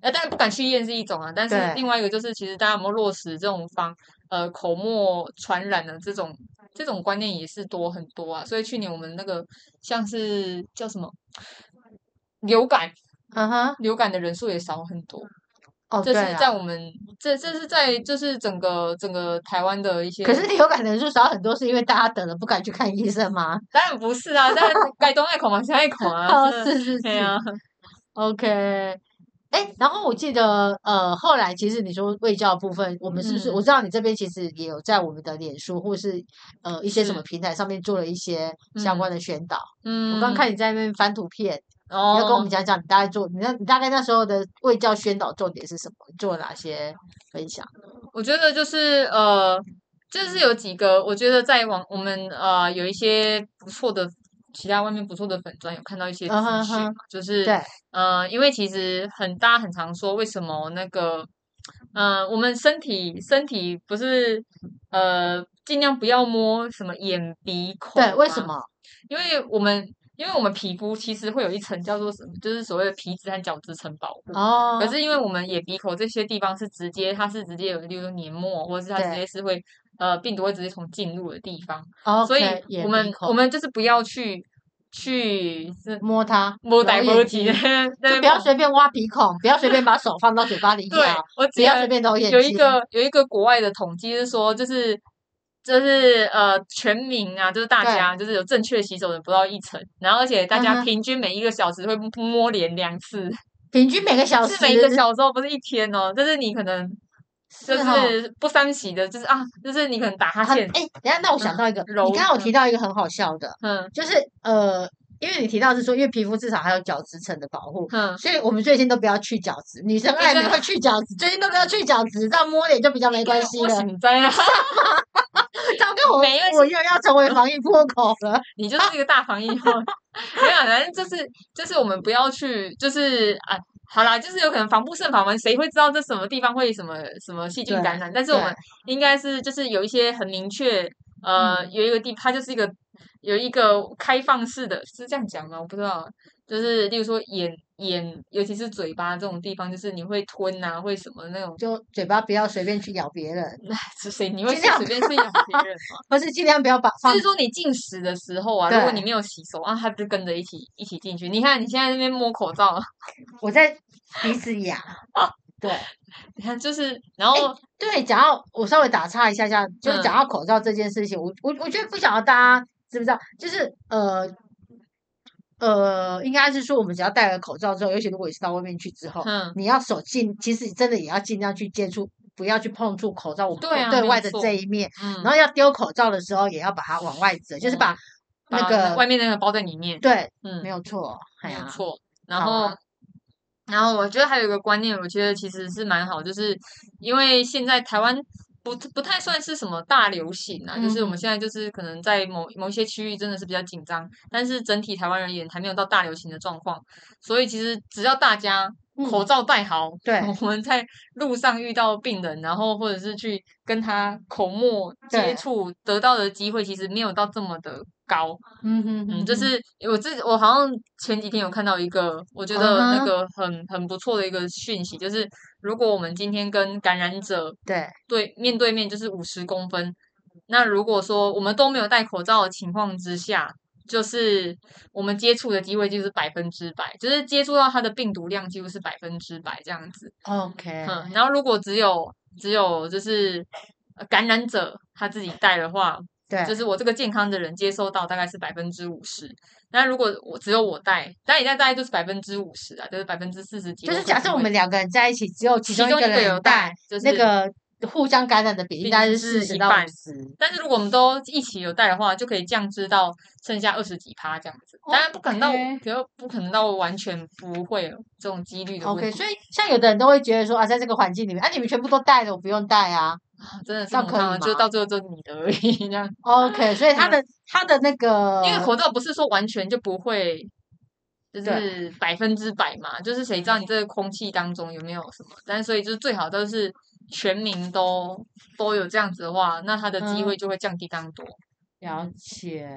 Speaker 3: 呃，当然不敢去医院是一种啊，但是
Speaker 2: 对
Speaker 3: 另外一个就是，其实大家有没有落实这种防呃口沫传染的这种这种观念也是多很多啊。所以去年我们那个像是叫什么流感，
Speaker 2: 嗯哼，
Speaker 3: 流感的人数也少很多，
Speaker 2: 哦，
Speaker 3: 这
Speaker 2: 对
Speaker 3: 是
Speaker 2: 啦
Speaker 3: 在我们这这是在就是整个整个台湾的一些，
Speaker 2: 可是流感人数少很多，是因为大家得了不敢去看医生吗？
Speaker 3: 当然不是啊，当然该东爱口嘛，西爱口 啊，
Speaker 2: 哦，
Speaker 3: 真的
Speaker 2: 是是
Speaker 3: 对
Speaker 2: 是
Speaker 3: 啊，
Speaker 2: ，OK。哎，然后我记得，呃，后来其实你说卫教部分，我们是不是？我
Speaker 3: 嗯
Speaker 2: 知道你这边其实也有在我们的脸书或是呃一些什么
Speaker 3: 是
Speaker 2: 平台上面做了一些相关的宣导。
Speaker 3: 嗯，
Speaker 2: 我刚看你在那边翻图片，你
Speaker 3: 哦，
Speaker 2: 要跟我们讲讲你大概做，你那你大概那时候的卫教宣导重点是什么？你做了哪些分享？
Speaker 3: 我觉得就是呃，就是有几个，我觉得在网我们呃有一些不错的，其他外面不错的粉砖有看到一些资
Speaker 2: 嗯哼
Speaker 3: 讯
Speaker 2: 哼
Speaker 3: 嘛，就是
Speaker 2: 对
Speaker 3: 呃，因为其实很大家很常说为什么那个呃我们身体身体不是呃尽量不要摸什么眼鼻口
Speaker 2: 对，为什
Speaker 3: 吗？
Speaker 2: 么？
Speaker 3: 因为我们因为我们皮肤其实会有一层叫做什么，就是所谓的皮脂和角质层保护。
Speaker 2: 哦，
Speaker 3: 可是因为我们眼鼻口这些地方是直接，它是直接有，例如说黏膜，或者是它直
Speaker 2: 对
Speaker 3: 接是会呃病毒会直接从进入的地方，
Speaker 2: 哦，
Speaker 3: 所以
Speaker 2: 眼
Speaker 3: 我们
Speaker 2: 鼻口
Speaker 3: 我们就是不要去去是
Speaker 2: 摸它，
Speaker 3: 摸
Speaker 2: 揉
Speaker 3: 来
Speaker 2: 眼
Speaker 3: 摸
Speaker 2: 睛
Speaker 3: 去， 在那
Speaker 2: 就不
Speaker 3: 边
Speaker 2: 要
Speaker 3: 碰
Speaker 2: 随便挖鼻孔，不要随便把手放到嘴巴里
Speaker 3: 对
Speaker 2: 咬，，
Speaker 3: 我
Speaker 2: 不
Speaker 3: 只
Speaker 2: 要
Speaker 3: 要
Speaker 2: 随便揉眼睛。
Speaker 3: 有一个有一个国外的统计是说，就是就是呃，全民啊，就是大
Speaker 2: 对
Speaker 3: 家就是有正确洗手的不到一成，然后而且大
Speaker 2: 嗯
Speaker 3: 家
Speaker 2: 哼
Speaker 3: 平均每一个小时会摸脸两次，
Speaker 2: 平均每个小时
Speaker 3: 是每一个小时哦，不是一天哦，就是你可能就是
Speaker 2: 哦
Speaker 3: 是不三洗的，就是啊，就是你可能打哈
Speaker 2: 很
Speaker 3: 欠，
Speaker 2: 哎，等一下，那我想
Speaker 3: 嗯
Speaker 2: 到一个，
Speaker 3: 揉
Speaker 2: 你刚刚有
Speaker 3: 嗯
Speaker 2: 提到一个很好笑的，
Speaker 3: 嗯
Speaker 2: 就是呃，因为你提到是说，因为皮肤至少还有角质层的保护，
Speaker 3: 嗯，
Speaker 2: 所以我们最近都不要去角质，女生爱美
Speaker 3: 真的
Speaker 2: 会去角质，最近都不要去角质，这样摸脸就比较没关系
Speaker 3: 我
Speaker 2: 了。
Speaker 3: 醒哉啊，
Speaker 2: 糟糕，我
Speaker 3: 没关系
Speaker 2: 我又要成为防疫破口了。
Speaker 3: 你就是一个大防疫号， 没有，反正就是就是我们不要去，就是啊，好啦，就是有可能防不胜防嘛，谁会知道这什么地方会什么什么细菌感染？但是我们应该是就是有一些很明确，呃，有一个地，它就是一个有一个开放式的，是这样讲吗？我不知道，就是例如说眼眼，尤其是嘴巴这种地方，就是你会吞啊，会什么那种，
Speaker 2: 就嘴巴不要随便去咬别人，
Speaker 3: 是谁你会
Speaker 2: 尽
Speaker 3: 去
Speaker 2: 量
Speaker 3: 随便去咬别人吗？
Speaker 2: 或是尽量不要把放
Speaker 3: 就是说你进食的时候啊，如果你
Speaker 2: 对
Speaker 3: 没有洗手啊，它就跟着一起一起进去。你看你现在那边摸口罩，
Speaker 2: 我在鼻子痒。
Speaker 3: 哦
Speaker 2: 对
Speaker 3: 你看就是，然
Speaker 2: 哎
Speaker 3: 后
Speaker 2: 对，讲到我稍微打岔一下下，就是
Speaker 3: 嗯
Speaker 2: 讲到口罩这件事情，我我我觉得不晓得大家知不知道，就是呃呃，应该是说我们只要戴了口罩之后，尤其如果你是到外面去之后，
Speaker 3: 嗯，
Speaker 2: 你要手尽，其实真的也要尽量去接触，不要去碰触口罩我
Speaker 3: 对啊
Speaker 2: 对
Speaker 3: 没
Speaker 2: 外
Speaker 3: 有
Speaker 2: 的
Speaker 3: 错
Speaker 2: 这一面，
Speaker 3: 嗯
Speaker 2: 然后要丢口罩的时候也要把它往外折，就是把
Speaker 3: 嗯
Speaker 2: 那
Speaker 3: 把
Speaker 2: 个
Speaker 3: 外面那个包在里面，
Speaker 2: 对，
Speaker 3: 嗯，
Speaker 2: 没有错，哎
Speaker 3: 没有
Speaker 2: 呀，
Speaker 3: 错。然
Speaker 2: 好
Speaker 3: 后
Speaker 2: 啊，
Speaker 3: 然后我觉得还有一个观念，我觉得其实是蛮好，就是因为现在台湾不不太算是什么大流行啊，就是我们
Speaker 2: 嗯
Speaker 3: 现在就是可能在某某一些区域真的是比较紧张，但是整体台湾而言还没有到大流行的状况，所以其实只要大家口
Speaker 2: 嗯
Speaker 3: 罩戴好，
Speaker 2: 对
Speaker 3: 我们在路上遇到病人，然后或者是去跟他口沫
Speaker 2: 对
Speaker 3: 接触，得到的机会其实没有到这么的高。
Speaker 2: 嗯哼
Speaker 3: 嗯，
Speaker 2: 哼
Speaker 3: 就
Speaker 2: 哼
Speaker 3: 是我自我好像前几天有看到一个，我觉得
Speaker 2: 嗯
Speaker 3: 那
Speaker 2: 哼
Speaker 3: 个很很不错的一个讯息，就是如果我们今天跟感染者
Speaker 2: 对，
Speaker 3: 对面对面，就是五十公分，那如果说我们都没有戴口罩的情况之下，就是我们接触的机会就是百分之百，就是接触到它的病毒量几乎是百分之百这样子。
Speaker 2: OK，
Speaker 3: 嗯，然后如果只有只有就是呃感染者他自己戴的话，
Speaker 2: 对，
Speaker 3: 就是我这个健康的人接收到大概是百分之五十。那如果我只有我戴，但你戴大概就是百分之五十啊，就是百分之四十几
Speaker 2: 就
Speaker 3: 有可能会。
Speaker 2: 是假设我们两个人在一起，只有其
Speaker 3: 其
Speaker 2: 中
Speaker 3: 中
Speaker 2: 个
Speaker 3: 一个有
Speaker 2: 人戴，，
Speaker 3: 就是
Speaker 2: 那个互相感染的比例
Speaker 3: 比
Speaker 2: 大概
Speaker 3: 例
Speaker 2: 是
Speaker 3: 是
Speaker 2: 四十
Speaker 3: 一
Speaker 2: 到
Speaker 3: 半
Speaker 2: 五十。
Speaker 3: 但是如果我们都一起有带的话，就可以降至到剩下二十几趴这样子。当然不可能到，
Speaker 2: 哦 OK
Speaker 3: 可能不可能到完全不会有这种几率的问
Speaker 2: OK，
Speaker 3: 题。
Speaker 2: 所以像有的人都会觉得说啊，在这个环境里面，啊，你们全部都戴了，我不用戴啊。
Speaker 3: 啊真的是
Speaker 2: 那
Speaker 3: 母
Speaker 2: 可
Speaker 3: 汤
Speaker 2: 以
Speaker 3: 了，就
Speaker 2: 吗
Speaker 3: 到最后就是你的而已 这样。
Speaker 2: OK，所以他的他的啊那个，
Speaker 3: 因为口罩不是说完全就不会，就
Speaker 2: 嗯对嗯
Speaker 3: 是百分之百嘛，就是谁知道你这个空气当中有没有什么？但是所以就是最好都是全民都都有这样子的话，那他的机
Speaker 2: 嗯
Speaker 3: 会就会降低当多。
Speaker 2: 了解。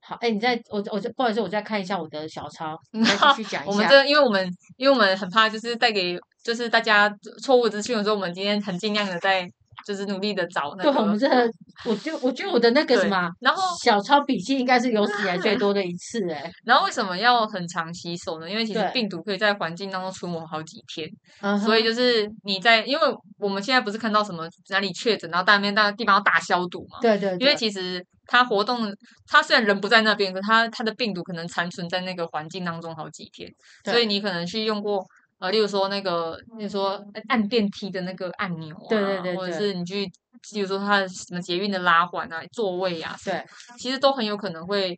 Speaker 2: 好，哎、你再我我就不好意思，我再看一下我的小 抄，你再继续讲一
Speaker 3: 我们
Speaker 2: 下。
Speaker 3: 这，因为我们因为我们很怕就是带给就是大家错误资讯的时候，我们今天很尽量的在就是努力的找那
Speaker 2: 对，我们这
Speaker 3: 个。
Speaker 2: 个，我就我觉得我的那个什
Speaker 3: 对
Speaker 2: 么
Speaker 3: 然后
Speaker 2: 小抄笔记应该是有史以来最多的一次、哎
Speaker 3: 然后为什么要很常洗手呢？因为其实
Speaker 2: 对
Speaker 3: 病毒可以在环境当中出没好几天，
Speaker 2: 嗯哼，
Speaker 3: 所以就是你在，因为我们现在不是看到什么哪里确诊，然后大面大地方要大消毒嘛，
Speaker 2: 对对
Speaker 3: 因为
Speaker 2: 对，
Speaker 3: 其实它活动，它虽然人不在那边，可它它的病毒可能残存在那个环境当中好几天，所
Speaker 2: 对
Speaker 3: 以你可能去用过呃，例如说那个，例如说按按电梯的那个按钮啊，
Speaker 2: 对对对
Speaker 3: 或者
Speaker 2: 对
Speaker 3: 是你去，比如说它的什么捷运的拉环啊、座位啊，
Speaker 2: 对，
Speaker 3: 其实都很有可能会。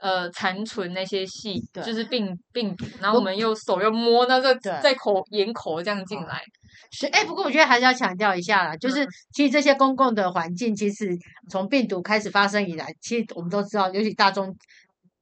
Speaker 3: 呃，残存那些细
Speaker 2: 对
Speaker 3: 就是病病毒，然后我
Speaker 2: 不
Speaker 3: 们又手又摸那个
Speaker 2: 对哦
Speaker 3: 在口眼口这样进来，
Speaker 2: 是哎、不过我觉得还是要强调一下啦，
Speaker 3: 嗯
Speaker 2: 就是其实这些公共的环境，其实从病毒开始发生以来，其实我们都知道，尤其大众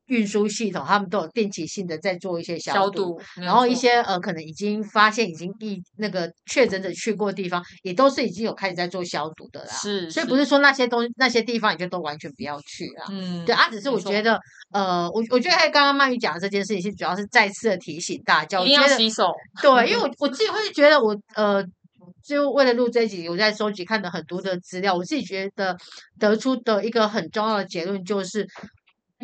Speaker 2: 运输系统，他们都有定期性的在做一些
Speaker 3: 消
Speaker 2: 毒。
Speaker 3: 毒，
Speaker 2: 然
Speaker 3: 没有
Speaker 2: 后一
Speaker 3: 错
Speaker 2: 些呃，可能已经发现已经疫那个确诊者去过的地方，也都是已经有开始在做消毒的啦。
Speaker 3: 是，
Speaker 2: 所以不是说那些东那些地方你就都完全不要去啦。
Speaker 3: 嗯，
Speaker 2: 对啊，只是
Speaker 3: 没
Speaker 2: 我
Speaker 3: 错
Speaker 2: 觉得，呃，我我觉得还有刚刚曼玉讲的这件事情，是主要是再次的提醒大家，我
Speaker 3: 一定
Speaker 2: 觉
Speaker 3: 要
Speaker 2: 得
Speaker 3: 洗手，
Speaker 2: 对，因为我我自己会觉得我呃，就为了录这一集，我在收集看了很多的资料，我自己觉得得出的一个很重要的结论就是。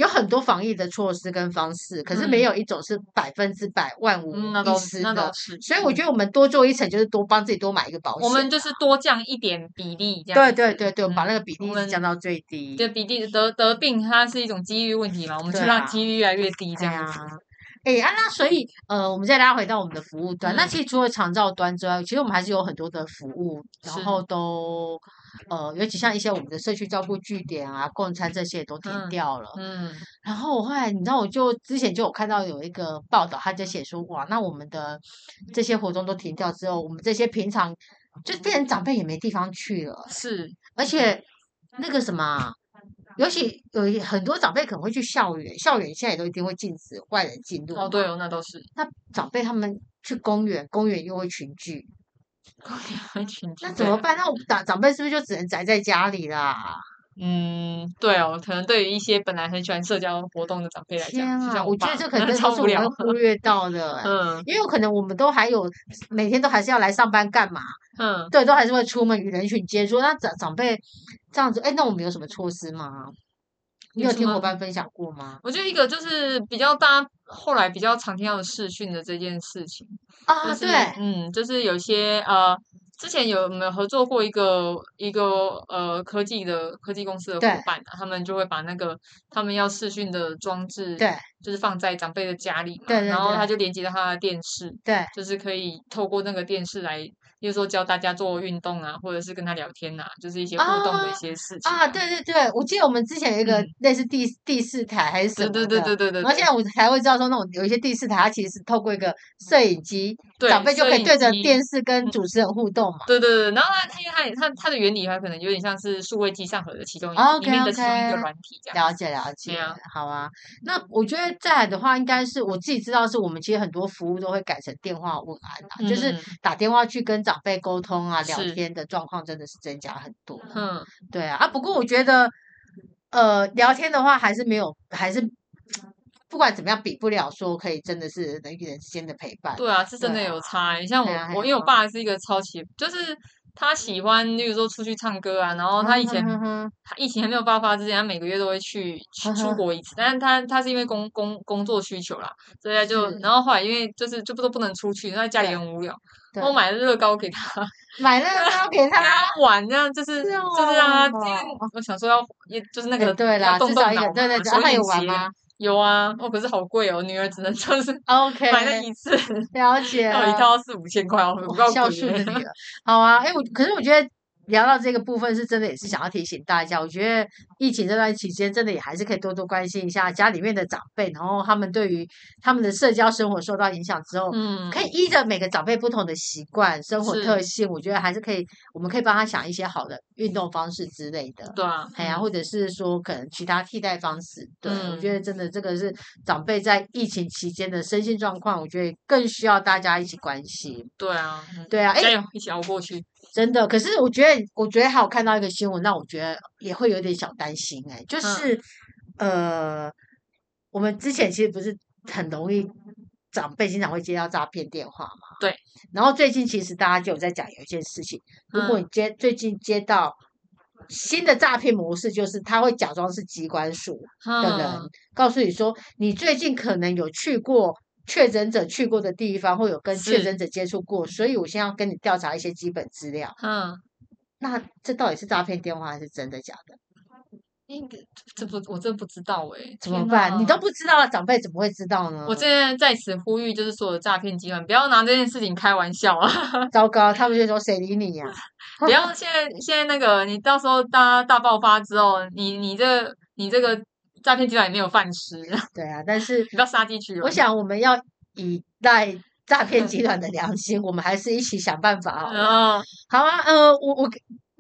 Speaker 2: 有很多防疫的措施跟方式，可是没
Speaker 3: 嗯
Speaker 2: 有一种是百分之百万无
Speaker 3: 嗯，那
Speaker 2: 一
Speaker 3: 倒
Speaker 2: 失
Speaker 3: 是，那
Speaker 2: 的
Speaker 3: 倒。是。
Speaker 2: 所以我
Speaker 3: 嗯
Speaker 2: 觉得我们多做一层，就是多帮自己多买一个保险。
Speaker 3: 我们就是多降一点比例，这样
Speaker 2: 对
Speaker 3: 子
Speaker 2: 对对对，我们把
Speaker 3: 嗯
Speaker 2: 那个比例
Speaker 3: 我
Speaker 2: 一直降
Speaker 3: 们
Speaker 2: 到最低。
Speaker 3: 就比例得得病，它是一种几率问题嘛，我们就
Speaker 2: 对啊
Speaker 3: 让几率越来越低，这
Speaker 2: 对
Speaker 3: 样
Speaker 2: 呀，
Speaker 3: 子。
Speaker 2: 哎、啊，那所以呃，我们再拉回到我们的服务端。那
Speaker 3: 嗯
Speaker 2: 其实除了长照端之外，其实我们还是有很多的服务，然
Speaker 3: 是
Speaker 2: 后都呃，尤其像一些我们的社区照顾据点啊、共餐这些也都停
Speaker 3: 嗯
Speaker 2: 掉了。
Speaker 3: 嗯，
Speaker 2: 然后我后来，你知道，我就之前就有看到有一个报道，他就写说，哇，那我们的这些活动都停掉之后，我们这些平常就变成长辈也没地方去了，
Speaker 3: 是，
Speaker 2: 而且哦那个什么啊，尤其有一很多长辈可能会去校园，校园现在也都一定会禁止外人进入。
Speaker 3: 哦，对。哦，那倒是。
Speaker 2: 那长辈他们去公园，公园又会群聚，
Speaker 3: 群
Speaker 2: 那
Speaker 3: 聚
Speaker 2: 怎
Speaker 3: 对
Speaker 2: 么
Speaker 3: 啊
Speaker 2: 办？那我们长长辈是不是就只能宅在家里啦？
Speaker 3: 嗯，对哦，可能对于一些本来很喜欢社交活动的长辈来
Speaker 2: 天
Speaker 3: 讲，就
Speaker 2: 啊，
Speaker 3: 像
Speaker 2: 我觉得
Speaker 3: 爸
Speaker 2: 这可 能
Speaker 3: 超
Speaker 2: 都是
Speaker 3: 无
Speaker 2: 我
Speaker 3: 聊
Speaker 2: 们。忽略到的欸、
Speaker 3: 嗯
Speaker 2: 因为有可能我们都还有每天都还是要来上班干嘛？
Speaker 3: 嗯，
Speaker 2: 对，都还是会出门与人群接触。那长长辈这样子，哎，那我们有什么措施吗？你
Speaker 3: 有
Speaker 2: 有
Speaker 3: 什
Speaker 2: 听伙
Speaker 3: 么
Speaker 2: 伴分享过吗？
Speaker 3: 我觉得一个就是比较大家后来比较常听到的视讯的这件事情，
Speaker 2: 啊，
Speaker 3: 就是
Speaker 2: 对，
Speaker 3: 嗯，就是有些呃，之前有我们有合作过一个一个呃科技的科技公司的
Speaker 2: 对
Speaker 3: 伙伴、啊，他们就会把那个他们要视讯的装置，
Speaker 2: 对，
Speaker 3: 就是放在长辈的家里嘛，
Speaker 2: 对对
Speaker 3: 然后
Speaker 2: 对
Speaker 3: 他就连接到他的电视，
Speaker 2: 对，
Speaker 3: 就是可以透过那个电视来，比如说教大家做运动啊，或者是跟他聊天呐、就是一些互动的
Speaker 2: 啊
Speaker 3: 一些事情
Speaker 2: 啊，对对对，我记得我们之前有一个
Speaker 3: 嗯
Speaker 2: 类似第第四台还是什
Speaker 3: 对
Speaker 2: 么的，
Speaker 3: 对对对对对
Speaker 2: 然后现在我才会知道说，那种有一些第四台，它其实是透过一个摄影机，
Speaker 3: 对
Speaker 2: 长辈就
Speaker 3: 摄
Speaker 2: 可以
Speaker 3: 影
Speaker 2: 对着
Speaker 3: 机嗯
Speaker 2: 电视跟主持人互动嘛。
Speaker 3: 对对对，然后它它因为它也它它的原理它可能有点像是数位机上盒的其中一个里面的其中一个
Speaker 2: 哦 OK，OK
Speaker 3: 软体这样。
Speaker 2: 了解了解
Speaker 3: 啊，
Speaker 2: 好啊。那我觉得再来的话，应该是我自己知道，是我们其实很多服务都会改成电话问安啊，就是
Speaker 3: 嗯
Speaker 2: 打电话去跟长辈沟通啊，聊
Speaker 3: 是
Speaker 2: 天的状况真的是增加很多。
Speaker 3: 嗯，
Speaker 2: 对啊，啊，不过我觉得，呃，聊天的话还是没有，还是不管怎么样比不了说可以真的是人与人之间的陪伴。
Speaker 3: 对啊，是真的
Speaker 2: 对
Speaker 3: 有
Speaker 2: 啊
Speaker 3: 差欸、像我
Speaker 2: 嘿啊嘿
Speaker 3: 我因为我
Speaker 2: 啊
Speaker 3: 爸是一个超级，就是他喜欢，例如说出去唱歌啊，然后
Speaker 2: 嗯
Speaker 3: 他以前
Speaker 2: 哼哼
Speaker 3: 他疫情还没有爆发之前，他每个月都会去去
Speaker 2: 嗯
Speaker 3: 出
Speaker 2: 哼
Speaker 3: 国一次，但是他他是因为工工工作需求啦，所以他就是然后后来因为就是就不都不能出去，他在家里
Speaker 2: 对
Speaker 3: 很无聊，
Speaker 2: 对
Speaker 3: 我买了乐高给他，
Speaker 2: 买那个包给 他，
Speaker 3: 玩，这样就是
Speaker 2: 是
Speaker 3: 就是让他，因为
Speaker 2: 哦
Speaker 3: 我想说要，也就是那
Speaker 2: 哎
Speaker 3: 个
Speaker 2: 对
Speaker 3: 要
Speaker 2: 啦，
Speaker 3: 动
Speaker 2: 至少
Speaker 3: 动
Speaker 2: 一
Speaker 3: 脑
Speaker 2: 个
Speaker 3: 嘛，
Speaker 2: 对对对，
Speaker 3: 手
Speaker 2: 啊他
Speaker 3: 眼
Speaker 2: 有玩
Speaker 3: 协
Speaker 2: 吗
Speaker 3: 有啊，哦，可是好贵哦，女儿只能就是
Speaker 2: ？OK，
Speaker 3: 买了一次，
Speaker 2: 了 解
Speaker 3: 要一
Speaker 2: 了。
Speaker 3: 套四五千块哦，不
Speaker 2: 啊哇
Speaker 3: 够
Speaker 2: 孝
Speaker 3: 贵
Speaker 2: 顺的
Speaker 3: 耶。
Speaker 2: 女儿，好啊。哎，我可是我觉得聊到这个部分，是真的也是想要提醒大家，我觉得疫情这段期间，真的也还是可以多多关心一下家里面的长辈，然后他们对于他们的社交生活受到影响之后，
Speaker 3: 嗯，
Speaker 2: 可以依着每个长辈不同的习惯、生活
Speaker 3: 是
Speaker 2: 特性，我觉得还是可以，我们可以帮他想一些好的运动方式之类的。
Speaker 3: 对啊，
Speaker 2: 哎呀，
Speaker 3: 嗯
Speaker 2: 或者是说可能其他替代方式，对、我觉
Speaker 3: 嗯
Speaker 2: 得真的这个是长辈在疫情期间的身心状况，我觉得更需要大家一起关心。
Speaker 3: 对啊，嗯
Speaker 2: 对啊，哎
Speaker 3: 加，油，一起熬过去。
Speaker 2: 真的，可是我觉得，我觉得还有看到一个新闻，让我觉得也会有点小担心、哎，就
Speaker 3: 嗯
Speaker 2: 是、呃，我们之前其实不是很容易，长辈经常会接到诈骗电话嘛，
Speaker 3: 对。
Speaker 2: 然后最近其实大家就有在讲有一件事情，如果
Speaker 3: 嗯
Speaker 2: 你接、最近接到新的诈骗模式，就是他会假装是机关署的人，
Speaker 3: 嗯，
Speaker 2: 告诉你说你最近可能有去过。确诊者去过的地方，或有跟确
Speaker 3: 是
Speaker 2: 诊者接触过，所以我现在要跟你调查一些基本资料。
Speaker 3: 嗯，
Speaker 2: 那这到底是诈骗电话还是真的假的？
Speaker 3: 应该这不我真不知道哎，
Speaker 2: 怎么
Speaker 3: 天
Speaker 2: 办？你都
Speaker 3: 哪。
Speaker 2: 不知道了，长辈怎么会知道呢？
Speaker 3: 我现在在此呼吁，就是所有诈骗集团不要拿这件事情开玩笑啊！
Speaker 2: 糟糕，他们就说谁理你呀、
Speaker 3: 不要现在现在那个，你到时候大家大爆发之后，你你这你这个诈骗集团也没有饭吃， 你
Speaker 2: 对啊，但 是
Speaker 3: 不要杀哦鸡取
Speaker 2: 我
Speaker 3: 卵。
Speaker 2: 想我们要以待诈骗集团的良心，我们还是一起想办法好了。
Speaker 3: 然后
Speaker 2: 好啊，呃，我我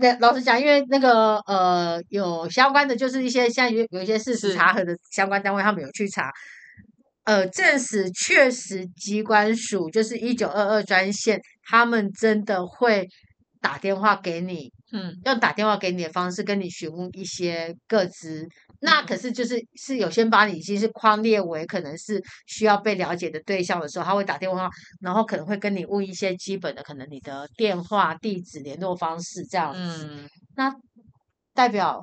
Speaker 2: 那老实讲，因为那个呃有相关的，就是一些现在有有一些事实
Speaker 3: 是
Speaker 2: 查核的相关单位，他们有去查，呃，证实确实机关署就是一九二二专线，他们真的会打电话给你，
Speaker 3: 嗯
Speaker 2: 用打电话给你的方式跟你询问一些个资，
Speaker 3: 嗯
Speaker 2: 那可是就是是有些把你已经是框列为可能是需要被了解的对象的时候，他会打电话，然后可能会跟你问一些基本的，可能你的电话、地址、联络方式这样子。
Speaker 3: 嗯，
Speaker 2: 那代表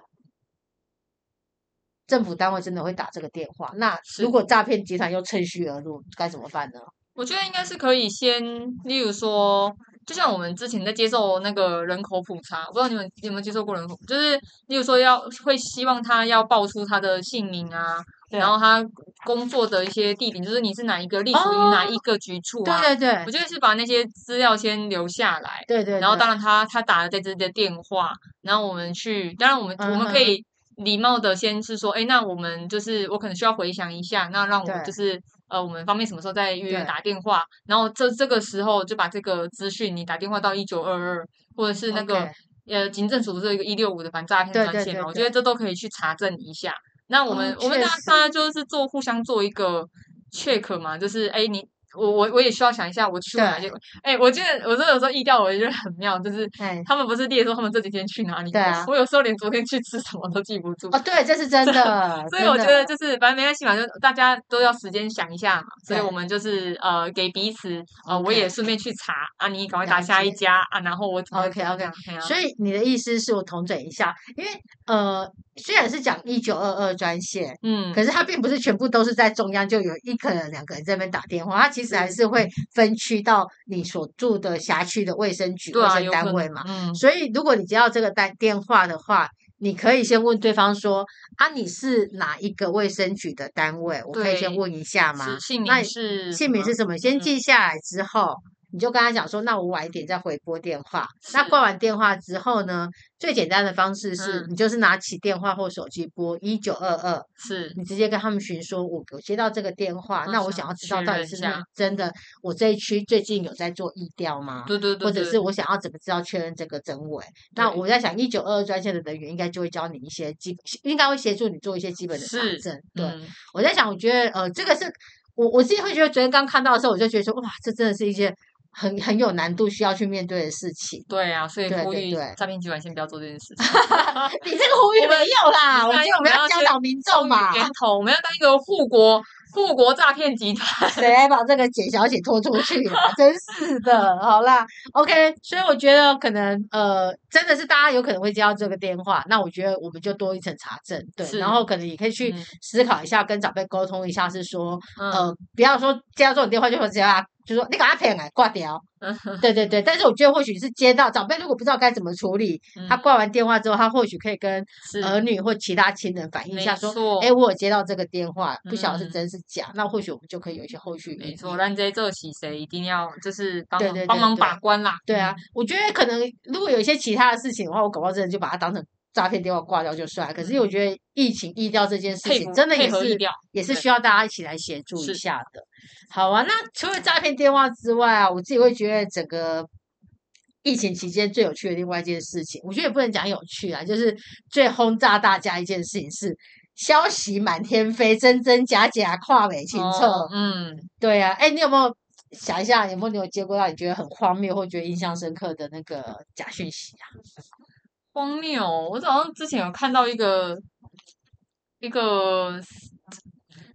Speaker 2: 政府单位真的会打这个电话。那
Speaker 3: 是
Speaker 2: 如果诈骗集团又趁虚而入，该怎么办呢？
Speaker 3: 我觉得应该是可以先，例如说，就像我们之前在接受那个人口普查，我不知道你们有没有接受过人口，就是例如说要会希望他要报出他的姓名啊，
Speaker 2: 对
Speaker 3: 然后他工作的一些地点，就是你是哪一个隶属于哪一个局处啊。
Speaker 2: 哦对对对
Speaker 3: 我觉得是把那些资料先留下来，
Speaker 2: 对对，
Speaker 3: 然后
Speaker 2: 对
Speaker 3: 当然他他打了这支的电话，然后我们去，当然我们、我们可
Speaker 2: 嗯
Speaker 3: 以礼貌的先是说，哎，那我们就是我可能需要回想一下，那让我们
Speaker 2: 对
Speaker 3: 就是呃我们方便什么时候再约
Speaker 2: 对
Speaker 3: 打电话，然后这这个时候就把这个资讯你打电话到一九二二或者是那个
Speaker 2: OK
Speaker 3: 呃警政署不是有一个一六五的反诈骗
Speaker 2: 对
Speaker 3: 专
Speaker 2: 对
Speaker 3: 线
Speaker 2: 对
Speaker 3: 嘛，我觉
Speaker 2: 对
Speaker 3: 得这都可以去查证一下。那我
Speaker 2: 哦
Speaker 3: 们、我们
Speaker 2: 确
Speaker 3: 大
Speaker 2: 实
Speaker 3: 家就是做互相做一个 check 嘛，就是哎你。我我我也需要想一下，我去过哪
Speaker 2: 对
Speaker 3: 些哎、我觉得我这有时候意调，我觉得很妙，就是
Speaker 2: 哎
Speaker 3: 他们不是列说他们这几天去哪里吗？
Speaker 2: 对啊
Speaker 3: 我有时候连昨天去吃什么都记不住。
Speaker 2: 哦，对，这是真的，
Speaker 3: 所以
Speaker 2: 真
Speaker 3: 我
Speaker 2: 的
Speaker 3: 觉得就是反正没关系嘛，就大家都要时间想一下嘛。所以
Speaker 2: 对
Speaker 3: 我们就是呃给彼此呃我
Speaker 2: OK
Speaker 3: 也顺便去查啊，你赶快打
Speaker 2: 了
Speaker 3: 下一
Speaker 2: 解
Speaker 3: 家啊，然后我怎么
Speaker 2: OK，
Speaker 3: 怎么
Speaker 2: OK
Speaker 3: 样嘿啊
Speaker 2: 所以你的意思是我统整一下，因为呃，虽然是讲一九二二专线，
Speaker 3: 嗯，
Speaker 2: 可是它并不是全部都是在中央就有一个人、两个人在那边打电话，它其实还是
Speaker 3: 嗯
Speaker 2: 会分区到你所住的辖区的卫生局、
Speaker 3: 对
Speaker 2: 卫
Speaker 3: 啊，
Speaker 2: 生
Speaker 3: 有
Speaker 2: 单
Speaker 3: 可
Speaker 2: 位
Speaker 3: 能
Speaker 2: 嘛。
Speaker 3: 嗯，
Speaker 2: 所以如果你接到这个单电话的话，你可以先问对方说啊，你是哪一个卫生局的单位？我可以先
Speaker 3: 对
Speaker 2: 问一下吗
Speaker 3: 是？姓
Speaker 2: 那
Speaker 3: 名是
Speaker 2: 姓名是什么？先
Speaker 3: 嗯
Speaker 2: 记下来之后，你就跟他讲说，那我晚一点再回拨电话。那
Speaker 3: 是
Speaker 2: 挂完电话之后呢，最简单的方式是、
Speaker 3: 嗯
Speaker 2: 你就是拿起电话或手机拨一九二二，
Speaker 3: 是
Speaker 2: 你直接跟他们询说，我我接到这个电话，
Speaker 3: 嗯
Speaker 2: 那我
Speaker 3: 想
Speaker 2: 想要知
Speaker 3: 确
Speaker 2: 道到底
Speaker 3: 认
Speaker 2: 是不
Speaker 3: 一
Speaker 2: 是
Speaker 3: 下
Speaker 2: 真的，我这一区最近有在做疫调吗？
Speaker 3: 对对对，
Speaker 2: 或者
Speaker 3: 对
Speaker 2: 是我想要怎么知道确认这个真伪？那
Speaker 3: 对
Speaker 2: 我在想，一九二二专线的人员应该就会教你一些基，应该会协助你做一些基本的查
Speaker 3: 是
Speaker 2: 证。对，
Speaker 3: 嗯。
Speaker 2: 我在想，我觉得呃，这个是我我自己会觉得，昨天刚看到的时候，我就觉得说，哇，这真的是一件很很有难度需要去面对的事情
Speaker 3: 对啊，所以
Speaker 2: 对
Speaker 3: 呼
Speaker 2: 对
Speaker 3: 吁
Speaker 2: 对
Speaker 3: 诈骗集团先不要做这件事情。
Speaker 2: 你这个呼吁
Speaker 3: 我们
Speaker 2: 没有啦，
Speaker 3: 你
Speaker 2: 我
Speaker 3: 看
Speaker 2: 觉得我们
Speaker 3: 我们
Speaker 2: 要
Speaker 3: 要
Speaker 2: 教
Speaker 3: 先
Speaker 2: 导民
Speaker 3: 终
Speaker 2: 众
Speaker 3: 于
Speaker 2: 嘛，
Speaker 3: 源头，我们要当一个护国护国诈骗集团。
Speaker 2: 谁来把这个简小姐拖出去啦？ 真是的，好啦，OK，所以我觉得可能呃，真的是大家有可能会接到这个电话，那我觉得我们就多一层查证，对，
Speaker 3: 是
Speaker 2: 然后可能也可以去
Speaker 3: 嗯
Speaker 2: 思考一下，跟长辈沟通一下，是说
Speaker 3: 嗯，
Speaker 2: 呃，不要说接到这种电话就说直接把他就说你给他骗来挂掉，
Speaker 3: 嗯
Speaker 2: 对对对，但是我觉得或许是接到长辈如果不知道该怎么处理，他
Speaker 3: 嗯
Speaker 2: 挂完电话之后，他或许可以跟
Speaker 3: 是
Speaker 2: 儿女或其他亲人反映一
Speaker 3: 没
Speaker 2: 下，呃说
Speaker 3: 错，
Speaker 2: 哎，我有接到这个电话，不晓得是
Speaker 3: 嗯
Speaker 2: 真是假，那或许我们就可以有一些后续。
Speaker 3: 没错，。咱这这洗谁一定要就是帮
Speaker 2: 对
Speaker 3: 忙
Speaker 2: 对
Speaker 3: 帮
Speaker 2: 对
Speaker 3: 忙
Speaker 2: 对
Speaker 3: 把关啦。嗯
Speaker 2: 对啊，我觉得可能如果有一些其他的事情的话，我搞不好真的就把它当成诈骗电话挂掉就算了。可是
Speaker 3: 嗯
Speaker 2: 我觉得疫情疫调这件事
Speaker 3: 配
Speaker 2: 情，
Speaker 3: 合
Speaker 2: 真的
Speaker 3: 配
Speaker 2: 也
Speaker 3: 合疫
Speaker 2: 是
Speaker 3: 调
Speaker 2: 也是
Speaker 3: 对
Speaker 2: 需要大家一起来协助一
Speaker 3: 是
Speaker 2: 下的。好啊，那除了诈骗电话之外啊，我自己会觉得整个。疫情期间最有趣的另外一件事情，我觉得也不能讲有趣啊，就是最轰炸大家一件事情是消息满天飞，真真假假，跨美清澈。
Speaker 3: 哦嗯，
Speaker 2: 对呀、啊，哎，你有没有想一下，有没有你有接过到你觉得很荒谬或觉得印象深刻的那个假讯息啊？
Speaker 3: 荒谬哦！我好像之前有看到一个一个。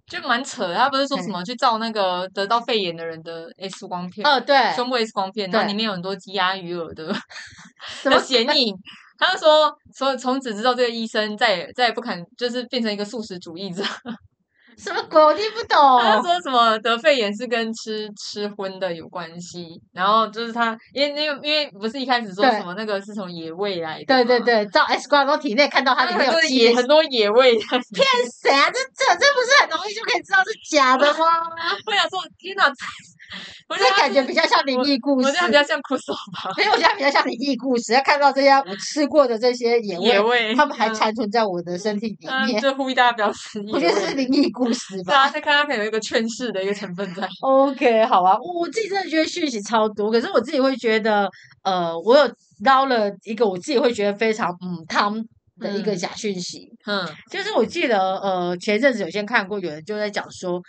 Speaker 3: 就蛮扯的，他不是说什
Speaker 2: 嗯
Speaker 3: 么去照那个得到肺炎的人的 X 光片，
Speaker 2: 哦，对，
Speaker 3: 胸部 X 光片，然后
Speaker 2: 对
Speaker 3: 里面有很多鸡鸭鱼鹅的，
Speaker 2: 什
Speaker 3: 的
Speaker 2: 么
Speaker 3: 显影。他就说，说从此之后，这个医生再也再也不肯，就是变成一个素食主义者。
Speaker 2: 什么鬼？我听不懂。
Speaker 3: 他就说什么得肺炎是跟吃吃荤的有关系，然后就是他，因为因为因为不是一开始说
Speaker 2: 对
Speaker 3: 什么那个是从野味来的，
Speaker 2: 对对，对，照 X 光，然后体内看到它 里
Speaker 3: 他很
Speaker 2: 面有
Speaker 3: 多
Speaker 2: 鸡
Speaker 3: 野
Speaker 2: 的，
Speaker 3: 很多野味的。
Speaker 2: 骗谁啊？这这这不是很容易就可以知道是假的 吗？
Speaker 3: 我想说，天哪，这我觉
Speaker 2: 这
Speaker 3: 得他
Speaker 2: 感觉
Speaker 3: 是啊
Speaker 2: 比较像灵异故
Speaker 3: 我
Speaker 2: 事
Speaker 3: 觉得，他比较像酷手吧，
Speaker 2: 因为我觉得它比较像灵异故事。要看到这些我吃过的这些野
Speaker 3: 野
Speaker 2: 味，
Speaker 3: 味，
Speaker 2: 它们还
Speaker 3: 嗯
Speaker 2: 残存在我的身体里
Speaker 3: 嗯，啊
Speaker 2: 面，
Speaker 3: 就呼吁大家不要吃野
Speaker 2: 我觉得这是
Speaker 3: 味。
Speaker 2: 灵异故事吧
Speaker 3: 大。家再看，它可能有一个劝世的一个成分 在。
Speaker 2: OK，好啊，我我自己真的觉得讯息超多，可是我自己会觉得，呃，我有捞了一个我自己会觉得非常嗯汤的一个
Speaker 3: 嗯
Speaker 2: 假讯息，
Speaker 3: 嗯，
Speaker 2: 就是我记得呃前阵子有先看过有人就在讲说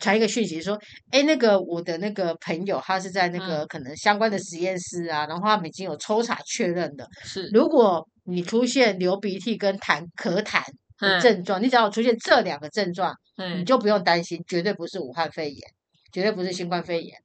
Speaker 2: 传一个讯息说，哎，那个我的那个朋友他是在那
Speaker 3: 嗯
Speaker 2: 个可能相关的实验室啊，然后他们已经有抽查确认了，
Speaker 3: 是，
Speaker 2: 如果你出现流鼻涕跟痰咳痰，的
Speaker 3: 嗯
Speaker 2: 症状，你只要有出现这两个症状，你
Speaker 3: 嗯，
Speaker 2: 就不用担心，绝对不是武汉肺炎，绝对不是新冠肺炎。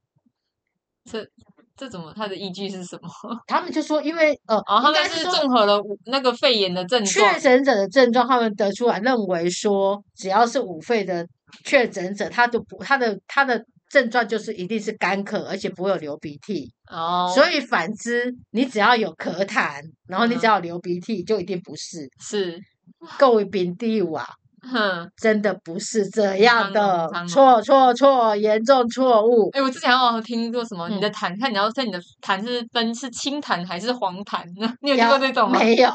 Speaker 3: 这怎么它的依据是什么？
Speaker 2: 他们就说，因为呃，
Speaker 3: 哦，他
Speaker 2: 应
Speaker 3: 们
Speaker 2: 该
Speaker 3: 是
Speaker 2: 说
Speaker 3: 综合了五那个肺炎的症状
Speaker 2: 确，诊者的症状，他们得出来认为说，只要是五肺的确诊者，他就不他的他的症状就是一定是干咳，而且不会有流鼻涕。
Speaker 3: 哦，
Speaker 2: 所以反之，你只要有咳痰，然后你
Speaker 3: 嗯
Speaker 2: 只要有流鼻涕，就一定不是。
Speaker 3: 是，
Speaker 2: 够丙第五啊，
Speaker 3: 哼，
Speaker 2: 真的不是这样的
Speaker 3: 苍龙，苍
Speaker 2: 错错错，严重错误。
Speaker 3: 哎，我之前好像听过什么，你
Speaker 2: 嗯
Speaker 3: 的痰，看你要看你的痰是分是清痰还是黄痰 呢？你有听
Speaker 2: 要
Speaker 3: 过这种吗？
Speaker 2: 没有，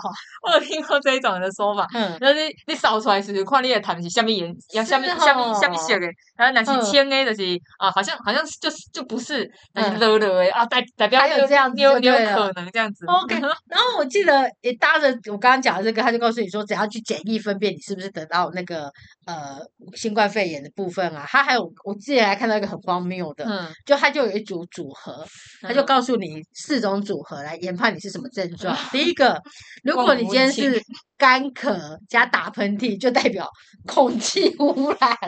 Speaker 3: 我有听过这一种的说法。
Speaker 2: 嗯，
Speaker 3: 那你你扫出来时候，看你的痰是下面颜，要下面
Speaker 2: 是
Speaker 3: 下面下面
Speaker 2: 吼
Speaker 3: 色的，然后那
Speaker 2: 嗯
Speaker 3: 是浅的，就是啊，好像好像是就是就不是，那是
Speaker 2: 嗯
Speaker 3: 热热的啊，代代表
Speaker 2: 还有
Speaker 3: 你
Speaker 2: 这样子
Speaker 3: 你有
Speaker 2: 就
Speaker 3: 你有
Speaker 2: 对了哦
Speaker 3: 可能这样子。
Speaker 2: OK，然后我记得也搭着我刚刚讲的这个，他就告诉你说，只要去简易分辨你是不是得到那个呃新冠肺炎的部分啊。他还有，我之前还看到一个很荒谬的，
Speaker 3: 嗯，
Speaker 2: 就他就有一组组合，他就
Speaker 3: 嗯
Speaker 2: 告诉你四种组合来研判你是什么症 状。第一个，如果
Speaker 3: 望
Speaker 2: 你
Speaker 3: 闻
Speaker 2: 今天
Speaker 3: 问切
Speaker 2: 是干咳加打喷嚏，就代表空气污染。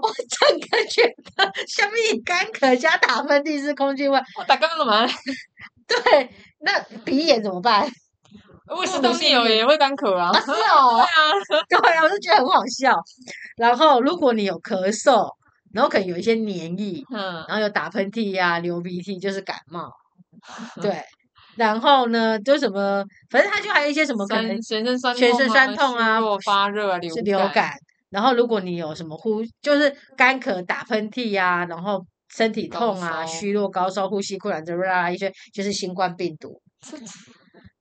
Speaker 2: 我整个觉得，下面干咳加打喷嚏是空气污染。
Speaker 3: 我打刚刚干嘛？
Speaker 2: 对，那鼻炎怎么办？
Speaker 3: 我
Speaker 2: 我
Speaker 3: 是
Speaker 2: 不
Speaker 3: 都
Speaker 2: 是
Speaker 3: 没有
Speaker 2: 你
Speaker 3: 也会干咳 啊
Speaker 2: 啊，。是哦
Speaker 3: 对。啊，
Speaker 2: 对啊，我就觉得很好笑。然后，如果你有咳嗽，然后可能有一些黏液，
Speaker 3: 嗯，
Speaker 2: 然后有打喷嚏呀、流鼻涕，就是感 冒。对，然后呢，就什么，反正他就还有一些什么可能
Speaker 3: 酸全身酸
Speaker 2: 全身
Speaker 3: 痛
Speaker 2: 酸
Speaker 3: 啊
Speaker 2: 痛
Speaker 3: 虚
Speaker 2: 啊
Speaker 3: 弱发热啊，流
Speaker 2: 是流感。然后，如果你有什么呼，就是干咳、打喷嚏呀、然后身体
Speaker 3: 高
Speaker 2: 痛啊、
Speaker 3: 烧
Speaker 2: 虚弱、高烧、呼吸困难，这啦一些就是新冠病毒。
Speaker 3: 这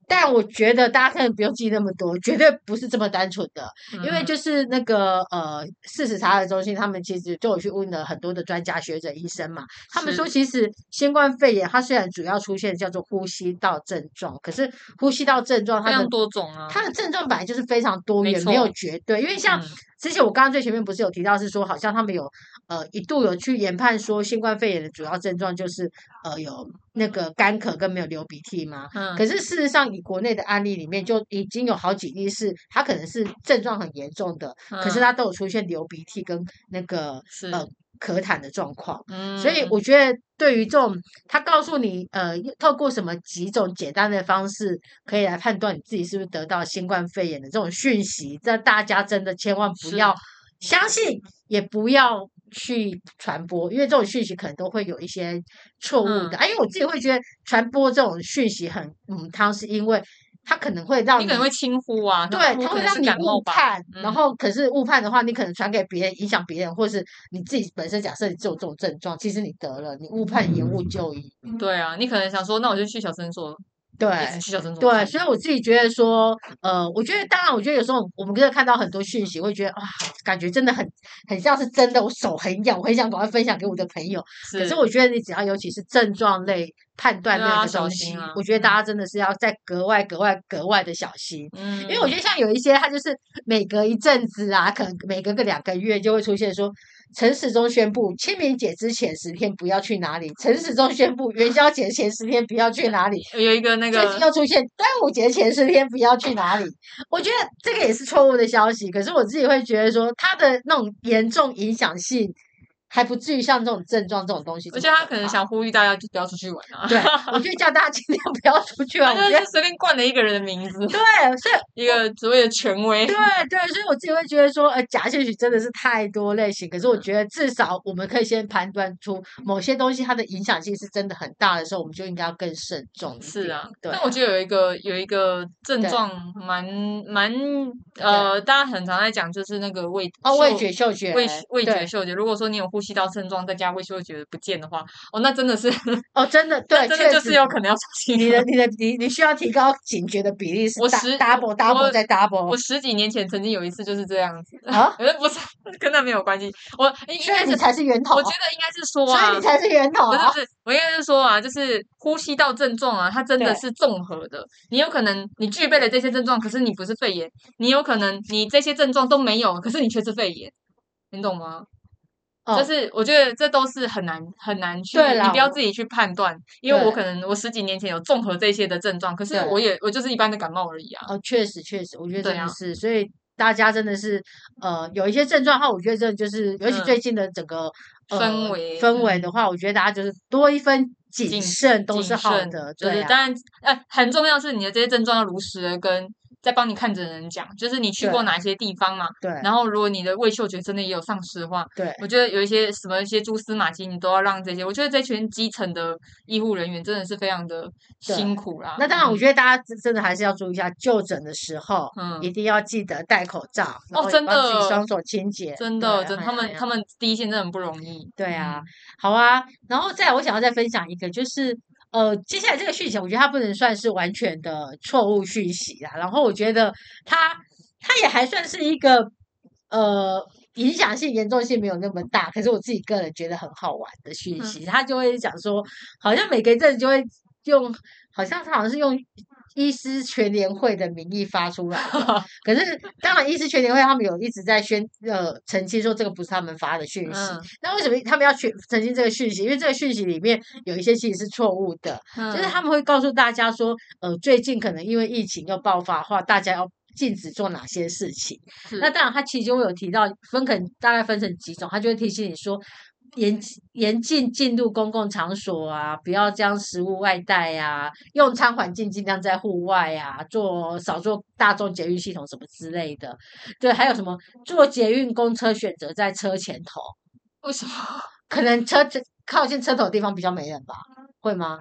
Speaker 2: 但我觉得大家可能不用记那么多，绝对不是这么单纯的。因为
Speaker 3: 嗯
Speaker 2: 就是那个呃，事实查核中心，他们其实就有去问了很多的专家学者、医生嘛，他们
Speaker 3: 是
Speaker 2: 说，其实新冠肺炎它虽然主要出现叫做呼吸道症状，可是呼吸道症状
Speaker 3: 非
Speaker 2: 它的
Speaker 3: 常多种啊。
Speaker 2: 它的症状本来就是非常多
Speaker 3: 没
Speaker 2: 元，没有
Speaker 3: 错
Speaker 2: 绝对，因为像
Speaker 3: 嗯
Speaker 2: 之前我刚刚最前面不是有提到，是说好像他们有呃一度有去研判说新冠肺炎的主要症状就是呃有那个干咳跟没有流鼻涕吗？
Speaker 3: 嗯，
Speaker 2: 可是事实上，以国内的案例里面，就已经有好几例是他可能是症状很严重的，可是
Speaker 3: 嗯
Speaker 2: 他都有出现流鼻涕跟那个
Speaker 3: 是
Speaker 2: 呃咳痰的状况。
Speaker 3: 嗯，
Speaker 2: 所以我觉得，对于这种他告诉你，呃，透过什么几种简单的方式可以来判断你自己是不是得到新冠肺炎的这种讯息，这大家真的千万不
Speaker 3: 是
Speaker 2: 要相信，也不要去传播，因为这种讯息可能都会有一些错误的。
Speaker 3: 嗯
Speaker 2: 啊，因为我自己会觉得传播这种讯息很嗯，汤是因为它可能会让
Speaker 3: 你可能会轻忽啊，
Speaker 2: 对，
Speaker 3: 忽
Speaker 2: 它
Speaker 3: 可
Speaker 2: 会
Speaker 3: 能
Speaker 2: 让
Speaker 3: 是
Speaker 2: 你
Speaker 3: 感
Speaker 2: 误
Speaker 3: 冒吧。
Speaker 2: 判，然
Speaker 3: 嗯
Speaker 2: 后可是误判的话，你可能传给别人，影响别人，或是你自己本身假设你就有这种症状，其实你得了，你误判延误就医，
Speaker 3: 对啊，你可能想说，那我就去小诊所，
Speaker 2: 对。
Speaker 3: 一直去小诊所
Speaker 2: 对，
Speaker 3: 看。
Speaker 2: 所以我自己觉得说，呃，我觉得当然，我觉得有时候我们真的看到很多讯息，会觉得啊，感觉真的很很像是真的，我手很痒，我很想赶快分享给我的朋友。可
Speaker 3: 是
Speaker 2: 是我觉得你只要尤其是症状类判断类
Speaker 3: 对啊
Speaker 2: 的
Speaker 3: 小
Speaker 2: 东
Speaker 3: 心
Speaker 2: 西，
Speaker 3: 啊
Speaker 2: 我觉得大
Speaker 3: 嗯
Speaker 2: 家真的是要再格外格外格外的小心。
Speaker 3: 嗯，
Speaker 2: 因为我觉得像有一些，他就是每隔一阵子啊，可能每隔个两个月就会出现说，陈时中宣布清明节之前十天不要去哪里，陈时中宣布元宵节前十天不要去哪里，
Speaker 3: 得有一个那
Speaker 2: 最近
Speaker 3: 个，
Speaker 2: 又出现端午节前十天不要去哪里。我觉得这个也是错误的消息，可是我自己会觉得说，它的那种严重影响性还不至于像这种症状这种东西这
Speaker 3: 我
Speaker 2: 么
Speaker 3: 觉
Speaker 2: 怕。
Speaker 3: 得他可能想呼吁大家就不要出去玩啊，
Speaker 2: 对，我就叫大家尽量不要出去啊 玩。我
Speaker 3: 他
Speaker 2: 觉
Speaker 3: 啊就是
Speaker 2: 得
Speaker 3: 随便冠了一个人的名字，
Speaker 2: 对，所以
Speaker 3: 一个所谓的权威。
Speaker 2: 对对，所以我自己会觉得说，呃，假兴趣真的是太多类型。可是
Speaker 3: 嗯
Speaker 2: 我觉得至少我们可以先判断出某些东西它的影响性是真的很大的时候，我们就应该要更慎重一
Speaker 3: 是
Speaker 2: 点
Speaker 3: 啊，
Speaker 2: 对
Speaker 3: 但我觉得有一个有一个症
Speaker 2: 对
Speaker 3: 状蛮蛮呃，大家很常在讲，就是那个味
Speaker 2: 哦，味
Speaker 3: 嗅
Speaker 2: 觉、嗅觉、
Speaker 3: 味嗅味觉、
Speaker 2: 对
Speaker 3: 嗅觉。如果说你有呼吸道症状，再加味嗅觉不见的话，哦，那真的是，
Speaker 2: 哦，真的对，
Speaker 3: 那 真
Speaker 2: 确
Speaker 3: 的就是
Speaker 2: 实
Speaker 3: 有可能要出
Speaker 2: 你
Speaker 3: 去
Speaker 2: 的
Speaker 3: 了。
Speaker 2: 你的你你需要提高警觉的比例是
Speaker 3: 我
Speaker 2: 大
Speaker 3: 十
Speaker 2: double double
Speaker 3: 我
Speaker 2: 再
Speaker 3: 我
Speaker 2: double
Speaker 3: 十几年前曾经有一次就是这样子，
Speaker 2: 啊，
Speaker 3: 呃，不是跟那没有关系，我应应
Speaker 2: 所
Speaker 3: 该
Speaker 2: 以
Speaker 3: 是
Speaker 2: 你才是源头
Speaker 3: 我
Speaker 2: 啊，
Speaker 3: 觉得应该是说
Speaker 2: 所以
Speaker 3: 啊
Speaker 2: 你。才是源头
Speaker 3: 不是
Speaker 2: 啊
Speaker 3: 不，是，我应该是说啊，就是呼吸道症状啊，它真的
Speaker 2: 对
Speaker 3: 是综合的。你有可能你具备了这些症状，可是你不是肺炎；你有可能你这些症状都没有，可是你却是肺炎，你懂吗？
Speaker 2: 哦
Speaker 3: 就是我觉得这都是很难很难去，
Speaker 2: 对啦
Speaker 3: 你不
Speaker 2: 我
Speaker 3: 要自己去判断，因为我
Speaker 2: 对
Speaker 3: 可能我十几年前有综合这些的症状，可是
Speaker 2: 对
Speaker 3: 我也我就是一般的感冒而已啊。
Speaker 2: 哦，确实确实，我觉得
Speaker 3: 对
Speaker 2: 真的
Speaker 3: 啊
Speaker 2: 是，所以大家真的是呃有一些症状的话，我觉得真的就是，尤其
Speaker 3: 嗯
Speaker 2: 最近的整个、呃、
Speaker 3: 氛围
Speaker 2: 氛围
Speaker 3: 嗯
Speaker 2: 的话，我觉得大家就是多一分谨
Speaker 3: 谨
Speaker 2: 慎都是
Speaker 3: 谨
Speaker 2: 好
Speaker 3: 慎
Speaker 2: 的，
Speaker 3: 就是
Speaker 2: 对啊，
Speaker 3: 当然，呃，很重要的是你的这些症状要如实的跟在帮你看诊的人讲，就是你去过
Speaker 2: 对
Speaker 3: 哪些地方嘛。
Speaker 2: 对
Speaker 3: 然后，如果你的胃嗅觉真的也有丧失的话，
Speaker 2: 对
Speaker 3: 我觉得有一些什么一些蛛丝马迹，你都要让这些。我觉得这群基层的医护人员真的是非常的
Speaker 2: 对
Speaker 3: 辛苦啦。
Speaker 2: 那当然，我
Speaker 3: 嗯
Speaker 2: 觉得大家真真的还是要注意一下，就诊的时候，
Speaker 3: 嗯
Speaker 2: 一定要记得戴口罩，然后
Speaker 3: 哦
Speaker 2: 也
Speaker 3: 真
Speaker 2: 帮自己
Speaker 3: 的
Speaker 2: 双手清洁，
Speaker 3: 嗯真的
Speaker 2: 对
Speaker 3: 真的，他们他。
Speaker 2: 哎呀
Speaker 3: 们第一线真的很不容易。
Speaker 2: 对啊，好啊，然后再来我想要再分享一个，就是呃，接下来这个讯息，我觉得它不能算是完全的错误讯息啦。然后我觉得它它也还算是一个呃影响性、严重性没有那么大，可是我自己个人觉得很好玩的讯
Speaker 3: 嗯
Speaker 2: 息。它就会讲说，好像每个阵就会用，好像它好像是用。医师全联会的名义发出来
Speaker 3: 嗯
Speaker 2: 的，可是当然，医师全联会他们有一直在宣呃澄清说这个不是他们发的讯息，
Speaker 3: 嗯
Speaker 2: 那为什么他们要去澄清这个讯息？因为这个讯息里面有一些其实是错误的，
Speaker 3: 嗯，
Speaker 2: 就是他们会告诉大家说，呃，最近可能因为疫情要爆发的话，大家要禁止做哪些事情。
Speaker 3: 是
Speaker 2: 那当然，它其中有提到分肯大概分成几种，它就会提醒你说。严严禁进入公共场所啊，不要将食物外带啊，用餐环境尽量在户外啊，坐少坐大众捷运系统什么之类的。对，还有什么坐捷运公车选择在车前头，
Speaker 3: 为什么？
Speaker 2: 可能车子靠近车头的地方比较没人吧？会吗？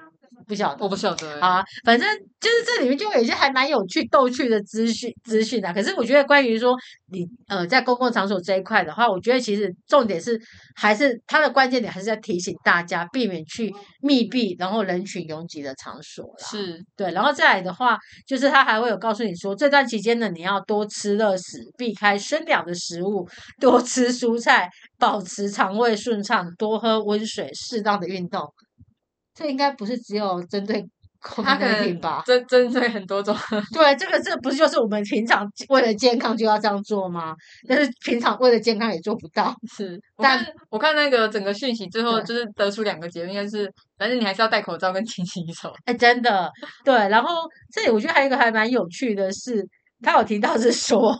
Speaker 2: 不晓得。
Speaker 3: 我不晓得欸。
Speaker 2: 好啊，反正就是这里面就有一些还蛮有趣、逗趣的资讯资讯啊。可是我觉得关于说你呃在公共场所这一块的话，我觉得其实重点是还是它的关键点还是在提醒大家避免去密闭然后人群拥挤的场所啦。
Speaker 3: 欸是
Speaker 2: 对，然后再来的话，就是他还会有告诉你说，这段期间呢，你要多吃热食，避开生凉的食物，多吃蔬菜，保持肠胃顺畅，多喝温水，适当的运动。这应该不是只有针对 COVID
Speaker 3: 他可能
Speaker 2: 吧？
Speaker 3: 针针对很多种，
Speaker 2: 对，这个这不是就是我们平常为了健康就要这样做吗？但是平常为了健康也做不到。
Speaker 3: 是，我
Speaker 2: 但
Speaker 3: 看我看那个整个讯息，最后
Speaker 2: 对
Speaker 3: 就是得出两个结论，应该是，反正你还是要戴口罩跟勤洗 手。
Speaker 2: 哎，真的，对。然后这里我觉得还有一个还蛮有趣的是，他有提到是说，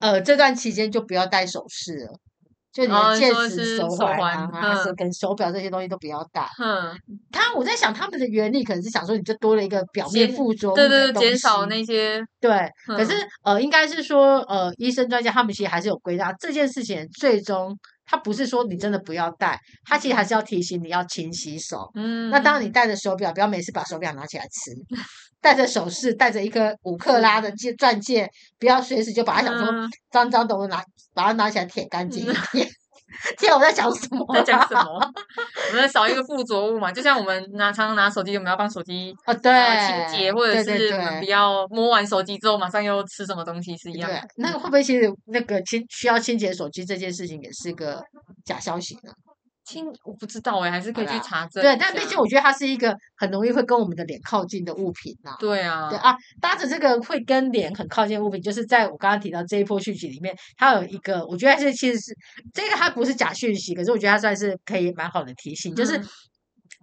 Speaker 2: 呃，这段期间就不要戴首饰了，就你
Speaker 3: 哦
Speaker 2: 的
Speaker 3: 你
Speaker 2: 戒
Speaker 3: 说
Speaker 2: 指、
Speaker 3: 是
Speaker 2: 手
Speaker 3: 手
Speaker 2: 环
Speaker 3: 环
Speaker 2: 啊，还是
Speaker 3: 嗯
Speaker 2: 跟手表这些东西都不要戴。
Speaker 3: 哼，
Speaker 2: 他我在想他们的原理可能是想说，你就多了一个表面
Speaker 3: 减
Speaker 2: 附着物
Speaker 3: 对
Speaker 2: 的
Speaker 3: 对对，
Speaker 2: 东
Speaker 3: 减少
Speaker 2: 西
Speaker 3: 那些，
Speaker 2: 对，可
Speaker 3: 嗯
Speaker 2: 是呃，应该是说呃，医生专家他们其实还是有归纳这件事情，最终他不是说你真的不要戴，他其实还是要提醒你要勤洗手。
Speaker 3: 嗯，
Speaker 2: 那当然，你戴着手表，不要每次把手表拿起来吃；戴着首饰，戴着一个五克拉的戒钻戒，不要随时就把它想说
Speaker 3: 嗯
Speaker 2: 脏脏的，我拿把它拿起来舔干净一点。 天啊，我在想什么？
Speaker 3: 在讲什？么？我们少一个附着物嘛，就像我们拿常常拿手机，我们要帮手机
Speaker 2: 哦，对，
Speaker 3: 呃清洁，或者
Speaker 2: 对对
Speaker 3: 是我们不
Speaker 2: 对
Speaker 3: 要摸完手机之后马上又吃什么东西是一样
Speaker 2: 对
Speaker 3: 的。，
Speaker 2: 那会不会其实那个清需要清洁手机这件事情也是个假消息呢？
Speaker 3: 清我不知道哎，还是啊可以
Speaker 2: 好
Speaker 3: 去
Speaker 2: 啦
Speaker 3: 查证一下。
Speaker 2: 对，但毕竟我觉得它是一个很容易会跟我们的脸靠近的物品呐、
Speaker 3: 对啊
Speaker 2: 对，啊，搭着这个会跟脸很靠近的物品，就是在我刚刚提到这一波讯息里面，它有一个，我觉得是其实是这个它不是假讯息，可是我觉得它算是可以蛮好的提醒，就是
Speaker 3: 嗯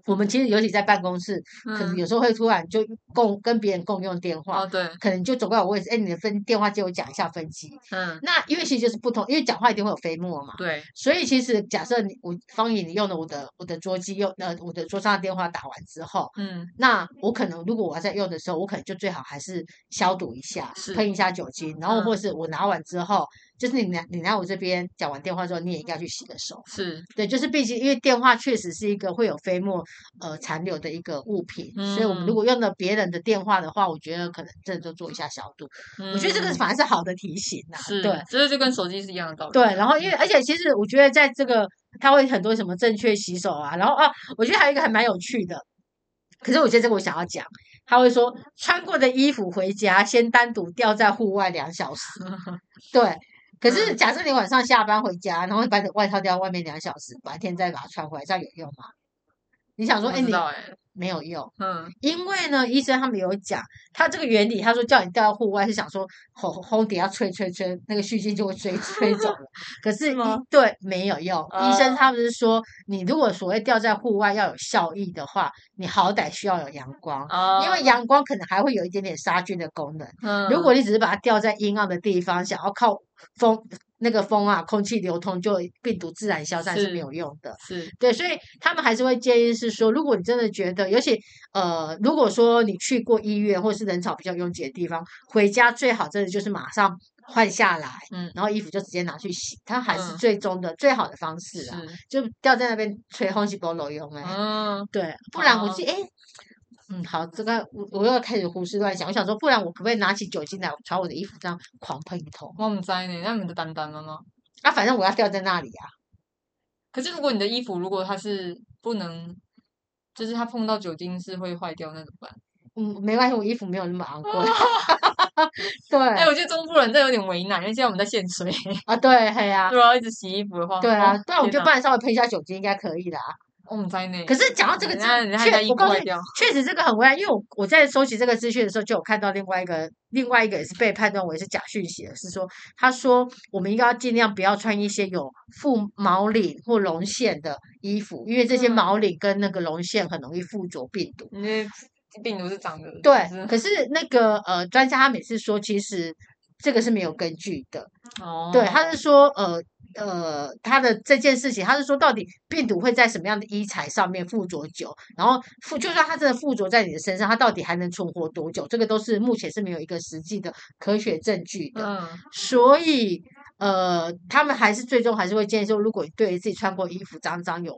Speaker 2: 我们其实尤其在办公室，可能
Speaker 3: 嗯，
Speaker 2: 有时候会突然就共跟别人共用电话
Speaker 3: 哦，对，
Speaker 2: 可能就走过来我也是，哎，你的分电话借我讲一下分析。
Speaker 3: 嗯，
Speaker 2: 那因为其实就是不同，因为讲话一定会有飞沫嘛，
Speaker 3: 对，
Speaker 2: 所以其实假设你我方颖你用了我的我的桌机用呃我的桌上的电话打完之后，
Speaker 3: 嗯，
Speaker 2: 那我可能如果我要在用的时候，我可能就最好还是消毒一下，
Speaker 3: 是
Speaker 2: 喷一下酒精，然后
Speaker 3: 嗯
Speaker 2: 或是我拿完之后，就是你拿你拿我这边讲完电话之后，你也应该去洗个手。
Speaker 3: 是，
Speaker 2: 对，就是毕竟因为电话确实是一个会有飞沫呃残留的一个物品，所以我们如
Speaker 3: 嗯
Speaker 2: 果用了别人的电话的话，我觉得可能真的就做一下消毒。我觉得这个
Speaker 3: 嗯
Speaker 2: 反而是好的提醒呐、
Speaker 3: 是，
Speaker 2: 对。
Speaker 3: 这就跟手机是一样的道理。
Speaker 2: 对，然后
Speaker 3: 嗯
Speaker 2: 因为而且其实我觉得在这个他会很多什么正确洗手啊，然后啊，我觉得还有一个还蛮有趣的，可是我觉得这个我想要讲，他会说穿过的衣服回家先单独吊在户外两小 时，对。可是假设你晚上下班回家，然后你把你的外套吊在外面两小时，白天再把它穿回来，这样有用吗？你想说，
Speaker 3: 我
Speaker 2: 哎、
Speaker 3: 不知
Speaker 2: 你
Speaker 3: 道哎，
Speaker 2: 没有用，
Speaker 3: 嗯，
Speaker 2: 因为呢，医生他们有讲，他这个原理，他说叫你掉到户外是想说，吼吼底下吹吹吹，那个细菌就会 吹吹走了。可是
Speaker 3: 是
Speaker 2: 医
Speaker 3: 吗哦
Speaker 2: 对没有用，医生他们是说，你如果所谓掉在户外要有效益的话，你好歹需要有阳光，
Speaker 3: 哦，
Speaker 2: 因为阳光可能还会有一点点杀菌的功能。
Speaker 3: 嗯，
Speaker 2: 如果你只是把它吊在阴暗的地方，想要靠风那个风啊，空气流通，就病毒自然消散是
Speaker 3: 是
Speaker 2: 没有用的。
Speaker 3: 是
Speaker 2: 对，所以他们还是会建议是说，如果你真的觉得，尤其呃，如果说你去过医院或是人潮比较拥挤的地方，回家最好真的就是马上换下来，
Speaker 3: 嗯
Speaker 2: 然后衣服就直接拿去洗，它还是
Speaker 3: 嗯
Speaker 2: 最终的、最好的方式
Speaker 3: 是
Speaker 2: 啊，，就吊在那边吹风是不漏用哎、
Speaker 3: 嗯，
Speaker 2: 对，不然我
Speaker 3: 哦
Speaker 2: 记哎。嗯，好，这个我我又开始胡思乱想。我想说，不然我可不可以拿起酒精来朝我的衣服这样狂喷一通？
Speaker 3: 我唔知呢，那你的单单了吗？
Speaker 2: 啊，反正我要吊在那里啊。
Speaker 3: 可是如果你的衣服如果它是不能，就是它碰到酒精是会坏掉，那怎么办？
Speaker 2: 嗯，没关系，我衣服没有那么昂贵。 对，
Speaker 3: 哎、我觉得中部人这有点为难，因为现在我们在限水，
Speaker 2: 啊，对，嘿呀、
Speaker 3: 如果要一直洗衣服的话，
Speaker 2: 对啊
Speaker 3: 哦，
Speaker 2: 对啊，我
Speaker 3: 天
Speaker 2: 觉得
Speaker 3: 哪
Speaker 2: 帮你稍微喷一下酒精应该可以啦。
Speaker 3: 我们在内。
Speaker 2: 可是讲到这个
Speaker 3: 人
Speaker 2: 字，
Speaker 3: 家人家家
Speaker 2: 确
Speaker 3: 衣
Speaker 2: 我
Speaker 3: 服
Speaker 2: 告诉
Speaker 3: 坏
Speaker 2: 你
Speaker 3: 掉，，
Speaker 2: 确实这个很危害，因为我我在收集这个资讯的时候，就有看到另外一个另外一个也是被判断为是假讯息的，是说他说我们应该要尽量不要穿一些有附毛领或绒线的衣服，因为这些
Speaker 3: 嗯
Speaker 2: 毛领跟那个绒线很容易附着病毒。
Speaker 3: 你那病毒是长的，
Speaker 2: 对
Speaker 3: 就，是
Speaker 2: 可是那个呃专家他每次说，其实这个是没有根据的，
Speaker 3: 哦，
Speaker 2: 对，他是说，呃呃，他的这件事情，他是说到底病毒会在什么样的衣材上面附着久，然后附就算它真的附着在你的身上，它到底还能存活多久？这个都是目前是没有一个实际的科学证据的，
Speaker 3: 嗯，
Speaker 2: 所以呃，他们还是最终还是会建议说，如果你对于自己穿过衣服脏脏有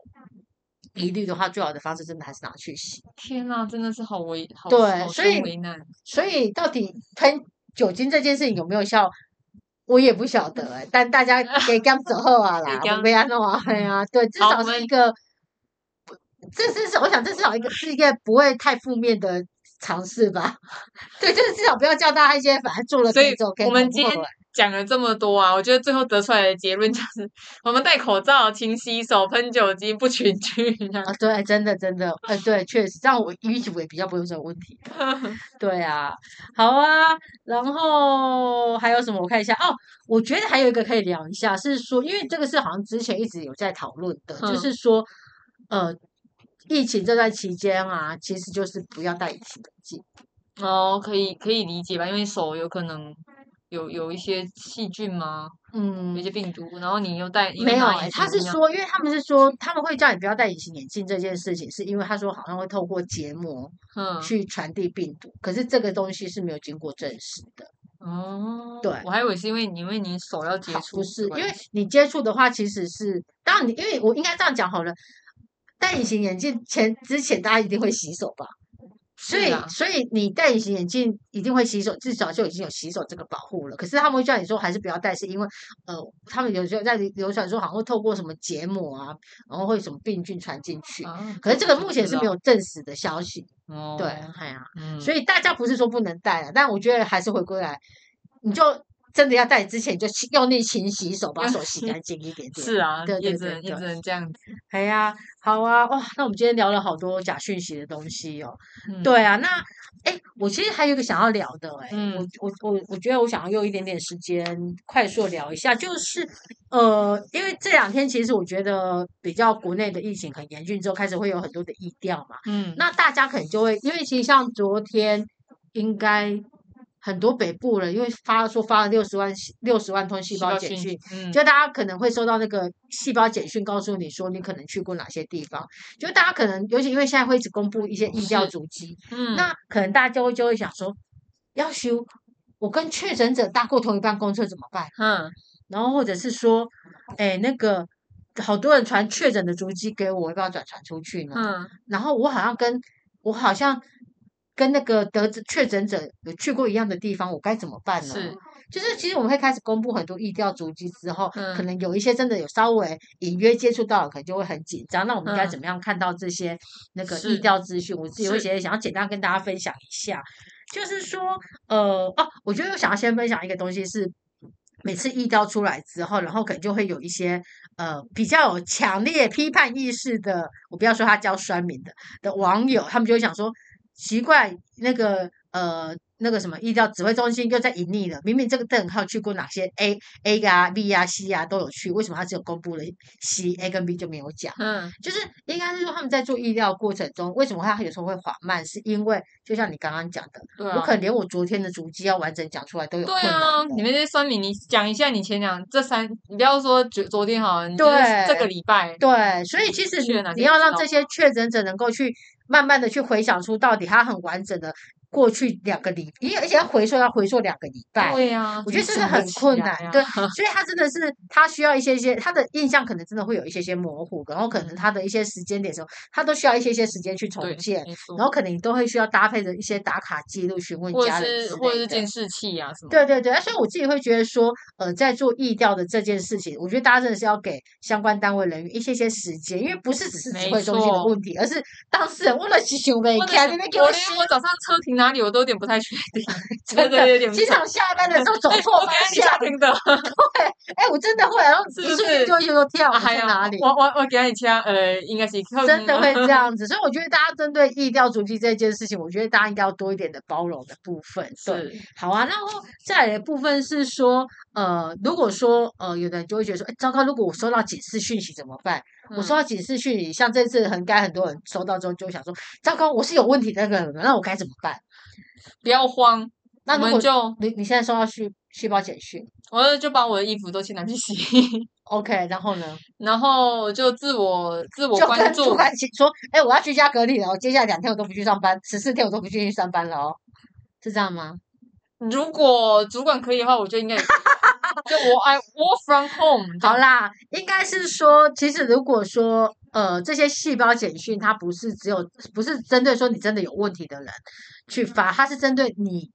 Speaker 2: 疑虑的话，最好的方式真的还是拿去洗。
Speaker 3: 天呐，真的是好为好
Speaker 2: 对
Speaker 3: 好
Speaker 2: 所
Speaker 3: 生
Speaker 2: 以
Speaker 3: 为难，
Speaker 2: 所以到底喷酒精这件事情有没有效，我也不晓得哎、但大 家给干走后啊啦，
Speaker 3: 给
Speaker 2: 我
Speaker 3: 甘
Speaker 2: 没安弄啊，哎呀、对，至
Speaker 3: 嗯好
Speaker 2: 少
Speaker 3: 我
Speaker 2: 是一
Speaker 3: 们
Speaker 2: 个，这至少我想这至少一个是一个不会太负面的尝试吧。 对，就是至少不要叫大家一些反正做了
Speaker 3: 所
Speaker 2: 可以
Speaker 3: 以
Speaker 2: 走，可以
Speaker 3: 我们
Speaker 2: 走
Speaker 3: 今
Speaker 2: 不
Speaker 3: 天
Speaker 2: 后悔
Speaker 3: 讲了这么多啊，我觉得最后得出来的结论就是，我们戴口罩、勤洗手、喷酒精、不群聚这样
Speaker 2: 啊，对，真的真的，呃，对，确实，这样我预期我也比较不会有这种问 题。对啊，好啊，然后还有什么？我看一下哦，我觉得还有一个可以聊一下，是说，因为这个是好像之前一直有在讨论的，就
Speaker 3: 嗯
Speaker 2: 是说，呃，疫情这段期间啊，其实就是不要戴隐形眼镜。
Speaker 3: 哦，可以可以理解吧，因为手有可能有有一些细菌吗？有一
Speaker 2: 嗯，
Speaker 3: 些病毒，然后你又戴
Speaker 2: 没有哎、
Speaker 3: 哎、
Speaker 2: 他是说，因为他们是说他们会叫你不要戴隐形眼镜这件事情，是因为他说好像会透过结膜
Speaker 3: 嗯
Speaker 2: 去传递病毒，可是这个东西是没有经过证实的。
Speaker 3: 哦，
Speaker 2: 对
Speaker 3: 我还以为是因为你因为你手要接
Speaker 2: 好
Speaker 3: 触
Speaker 2: 不
Speaker 3: 的
Speaker 2: 是，因
Speaker 3: 关
Speaker 2: 为
Speaker 3: 系
Speaker 2: 你接触的话，其实是当然你，因为我应该这样讲好了，戴隐形眼镜前之前大家一定会洗手吧，所
Speaker 3: 是
Speaker 2: 以
Speaker 3: 啊
Speaker 2: 所以你戴隐形眼镜一定会洗手，至少就已经有洗手这个保护了。可是他们会叫你说还是不要戴，是因为呃，他们有时候在流流传说好像会透过什么结膜啊，然后会有什么病菌传进去。
Speaker 3: 啊
Speaker 2: 可是这个目
Speaker 3: 不
Speaker 2: 前
Speaker 3: 知
Speaker 2: 是没
Speaker 3: 道
Speaker 2: 有证实的消息，
Speaker 3: 哦，
Speaker 2: 对，哎呀、
Speaker 3: 嗯，
Speaker 2: 所
Speaker 3: 以
Speaker 2: 以大家不是说不能戴啊了，但我觉得还是回归来，你就真的要戴之前你就勤用力勤洗手，把
Speaker 3: 要
Speaker 2: 手 洗
Speaker 3: 洗
Speaker 2: 干净一点点。
Speaker 3: 是啊，
Speaker 2: 对对
Speaker 3: 也只
Speaker 2: 对
Speaker 3: 能也
Speaker 2: 对
Speaker 3: 只能这样子，
Speaker 2: 哎呀，好啊，哇，那我们今天聊了好多假讯息的东西哦。
Speaker 3: 嗯，
Speaker 2: 对啊，那哎，我其实还有一个想要聊的哎，我
Speaker 3: 嗯
Speaker 2: 我我我觉得我想要用一点点时间快速地聊一下，就是呃，因为这两天其实我觉得比较国内的疫情很严峻之后，开始会有很多的疫调嘛。
Speaker 3: 嗯，
Speaker 2: 那大家可能就会，因为其实像昨天应该很多北部人，因为发说发了六十万六十万通细
Speaker 3: 细
Speaker 2: 胞
Speaker 3: 胞
Speaker 2: 简
Speaker 3: 讯
Speaker 2: 讯，
Speaker 3: 嗯，
Speaker 2: 就大家可能会收到那个细胞简讯，告诉你说你可能去过哪些地方。就大家可能，尤其因为现在会一直公布一些疫调
Speaker 3: 是
Speaker 2: 足迹，
Speaker 3: 嗯
Speaker 2: 那可能大家就会就会想说，要修我跟确诊者搭过同一班公车怎么办？
Speaker 3: 嗯
Speaker 2: 然后或者是说，哎，那个好多人传确诊的足迹给我，要不要转传出去呢？
Speaker 3: 嗯
Speaker 2: 然后我好像跟我好像跟那个得知确诊者有去过一样的地方，我该怎么办呢？
Speaker 3: 是，
Speaker 2: 就是其实我们会开始公布很多疫调足迹之后，可
Speaker 3: 嗯
Speaker 2: 能有一些真的有稍微隐约接触到了，可能就会很紧张。那我们该
Speaker 3: 嗯
Speaker 2: 怎么样看到这些那个疫
Speaker 3: 是
Speaker 2: 调资讯？我自己会
Speaker 3: 是
Speaker 2: 觉得想要简单跟大家分享一下，就是说，呃，哦，我觉得我想要先分享一个东西是。每次意调出来之后，然后可能就会有一些呃比较有强烈批判意识的，我不要说他叫酸民的的网友，他们就会想说，奇怪，那个呃那个什么意调指挥中心又在隐匿了，明明这个邓浩去过哪些 A A 啊 B 啊 C 啊都有去，为什么他只有公布了 C A 跟 B 就没有讲？
Speaker 3: 嗯，
Speaker 2: 就是应该是说他们在做意料过程中，为什么他有时候会缓慢，是因为就像你刚刚讲的，
Speaker 3: 对啊，
Speaker 2: 我可能连我昨天的足迹要完整讲出来都有
Speaker 3: 对
Speaker 2: 困
Speaker 3: 啊
Speaker 2: 难，的
Speaker 3: 你们这些酸民，你讲一下你前两这三，你不要说昨昨天好了，你就是这个
Speaker 2: 对
Speaker 3: 礼拜，
Speaker 2: 对，所以其实
Speaker 3: 确呢
Speaker 2: 你
Speaker 3: 这
Speaker 2: 要
Speaker 3: 个
Speaker 2: 让
Speaker 3: 知
Speaker 2: 这
Speaker 3: 道
Speaker 2: 些确诊者能够去慢慢的去回想出到底他很完整的过去两个礼，因为而且要回溯要回溯两个礼拜，
Speaker 3: 对啊呀，
Speaker 2: 我觉得这
Speaker 3: 这
Speaker 2: 是很困难，
Speaker 3: 啊
Speaker 2: 对， 所以他真的是他需要一些些他的印象可能真的会有一些些模糊，然后可能他的一些时间点的时候，他都需要一些些时间去重
Speaker 3: 嗯对，
Speaker 2: 建，
Speaker 3: 没错
Speaker 2: 然后可能你都会需要搭配着一些打卡记录询问
Speaker 3: 或者
Speaker 2: 家人
Speaker 3: 是
Speaker 2: 之
Speaker 3: 或者
Speaker 2: 类的
Speaker 3: 是监视器啊什么，
Speaker 2: 对对对，所以我自己会觉得说，呃，在做意调的这件事情，我觉得大家真的是要给相关单位人员一些些时间，因为不是只是指
Speaker 3: 没
Speaker 2: 挥中心的
Speaker 3: 错
Speaker 2: 问题，而是当事人为了急求被
Speaker 3: 或者
Speaker 2: 看，那
Speaker 3: 是
Speaker 2: 边给
Speaker 3: 我
Speaker 2: 我
Speaker 3: 连
Speaker 2: 洗
Speaker 3: 我早上车停哪里我都有点不太确 定，
Speaker 2: 真
Speaker 3: 对对有
Speaker 2: 的，
Speaker 3: 点
Speaker 2: 经常下班的时候走错
Speaker 3: 我
Speaker 2: 方
Speaker 3: 给你
Speaker 2: 向
Speaker 3: 家，停的，
Speaker 2: 哎，我真的会，然后
Speaker 3: 是
Speaker 2: 一
Speaker 3: 不
Speaker 2: 瞬间
Speaker 3: 是
Speaker 2: 就会就说天啊，我
Speaker 3: 哎
Speaker 2: 在
Speaker 3: 呀，
Speaker 2: 哪里？
Speaker 3: 我我我给你家，呃，应该是
Speaker 2: 真的会这
Speaker 3: 样，
Speaker 2: 样子，所以我觉得大家针对意调足迹这件事情，我觉得大家应该要多一点的包容的部分。对，
Speaker 3: 是
Speaker 2: 好啊，然后再来的部分是说，呃，如果说呃，有的人就会觉得说，哎，糟糕，如果我收到警示讯息怎么办？我
Speaker 3: 嗯
Speaker 2: 收到警示讯息，像这次很该很多人收到之后就会想说，糟糕，我是有问题的那个人，那我该怎么办？
Speaker 3: 不要慌，
Speaker 2: 那
Speaker 3: 我
Speaker 2: 如
Speaker 3: 们
Speaker 2: 果
Speaker 3: 就
Speaker 2: 你你现在收到续续报简讯
Speaker 3: 我就把我的衣服都去拿去洗，
Speaker 2: ，OK，然后呢，
Speaker 3: 然后就自我自我
Speaker 2: 就
Speaker 3: 关
Speaker 2: 跟主
Speaker 3: 注，
Speaker 2: 管请说，哎，我要居家隔离了哦，接下来两天我都不去上班，十四天我都不去上班了哦，是这样吗？
Speaker 3: 如果主管可以的话，我就应该也可以 就我 I work from home 这
Speaker 2: 好
Speaker 3: 样。
Speaker 2: 啦，应该是说，其实如果说呃这些细胞简讯，它不是只有不是针对说你真的有问题的人
Speaker 3: 嗯
Speaker 2: 去发，它是针对你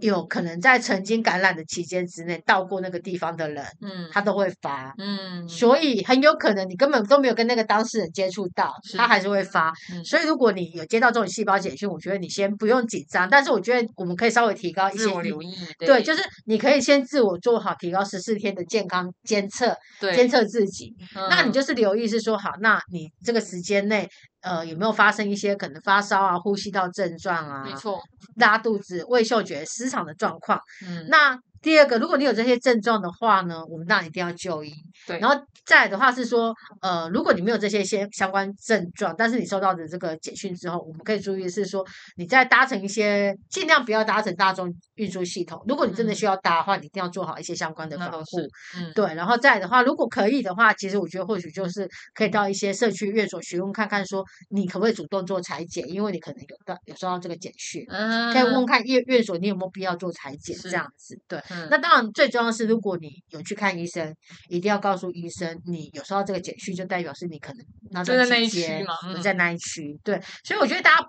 Speaker 2: 有可能在曾经感染的期间之内到过那个地方的人，
Speaker 3: 嗯
Speaker 2: 他都会发。
Speaker 3: 嗯，
Speaker 2: 所以很有可能你根本都没有跟那个当事人接触到，
Speaker 3: 是
Speaker 2: 他还是会发。
Speaker 3: 嗯
Speaker 2: 所以如果你有接到这种细胞简讯，我觉得你先不用紧张，但是我觉得我们可以稍微提高一些
Speaker 3: 自我
Speaker 2: 意
Speaker 3: 留意，
Speaker 2: 对，就是你可以先自我做好提高十四天的健康监测，监
Speaker 3: 对，
Speaker 2: 测自己。那你
Speaker 3: 嗯
Speaker 2: 就是留意是说，好，那你这个时间内，呃，有没有发生一些可能发烧啊、呼吸道症状
Speaker 3: 没
Speaker 2: 啊、
Speaker 3: 错，
Speaker 2: 拉肚子、胃嗅觉失常的状况？
Speaker 3: 嗯，
Speaker 2: 那第二个，如果你有这些症状的话呢，我们当然一定要就医。
Speaker 3: 对
Speaker 2: 然后再来的话是说，呃，如果你没有这些些相关症状，但是你收到的这个简讯之后，我们可以注意的是说，你在搭乘一些尽量不要搭乘大众运输系统。如果你真的
Speaker 3: 嗯
Speaker 2: 需要搭的话，你一定要做好一些相关的
Speaker 3: 那
Speaker 2: 防
Speaker 3: 倒
Speaker 2: 护
Speaker 3: 是。，嗯，
Speaker 2: 对，然后再来的话，如果可以的话，其实我觉得或许就是可以到一些社区院所询问看看，说你可不可以主动做裁剪，因为你可能有到有收到这个简讯，
Speaker 3: 嗯，
Speaker 2: 可以问问看院院所你有没有必要做裁剪这
Speaker 3: 是
Speaker 2: 样子。对，
Speaker 3: 嗯，
Speaker 2: 那当然最重要的是，如果你有去看医生，一定要告诉医生你有收到这个简讯，就代表是你可能那
Speaker 3: 就
Speaker 2: 段期
Speaker 3: 在那一区
Speaker 2: 间
Speaker 3: 嘛
Speaker 2: 有
Speaker 3: 嗯
Speaker 2: 在那一区。对，所以我觉得大家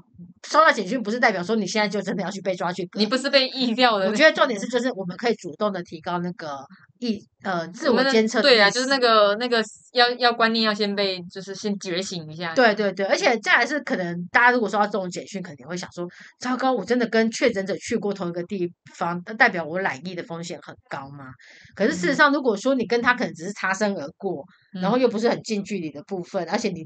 Speaker 2: 收到简讯不是代表说你现在就真的要去被抓去隔
Speaker 3: 你不是被意料的
Speaker 2: 我
Speaker 3: 那，
Speaker 2: 觉得重点是，就是我们可以主动的提高那个意呃自
Speaker 3: 我
Speaker 2: 我
Speaker 3: 们的
Speaker 2: 监测的
Speaker 3: 对
Speaker 2: 意
Speaker 3: 啊，就是那
Speaker 2: 识
Speaker 3: 个那个要要观念要先被就是先觉醒一下，
Speaker 2: 对对对，而且再来是可能大家如果收到这种简讯，肯定会想说，糟糕，我真的跟确诊者去过同一个地方，那代表我染疫的风险很高吗？可是事实
Speaker 3: 嗯
Speaker 2: 上，如果说你跟他可能只是擦身而过，然后
Speaker 3: 嗯
Speaker 2: 又不是很近距离的部分，而且你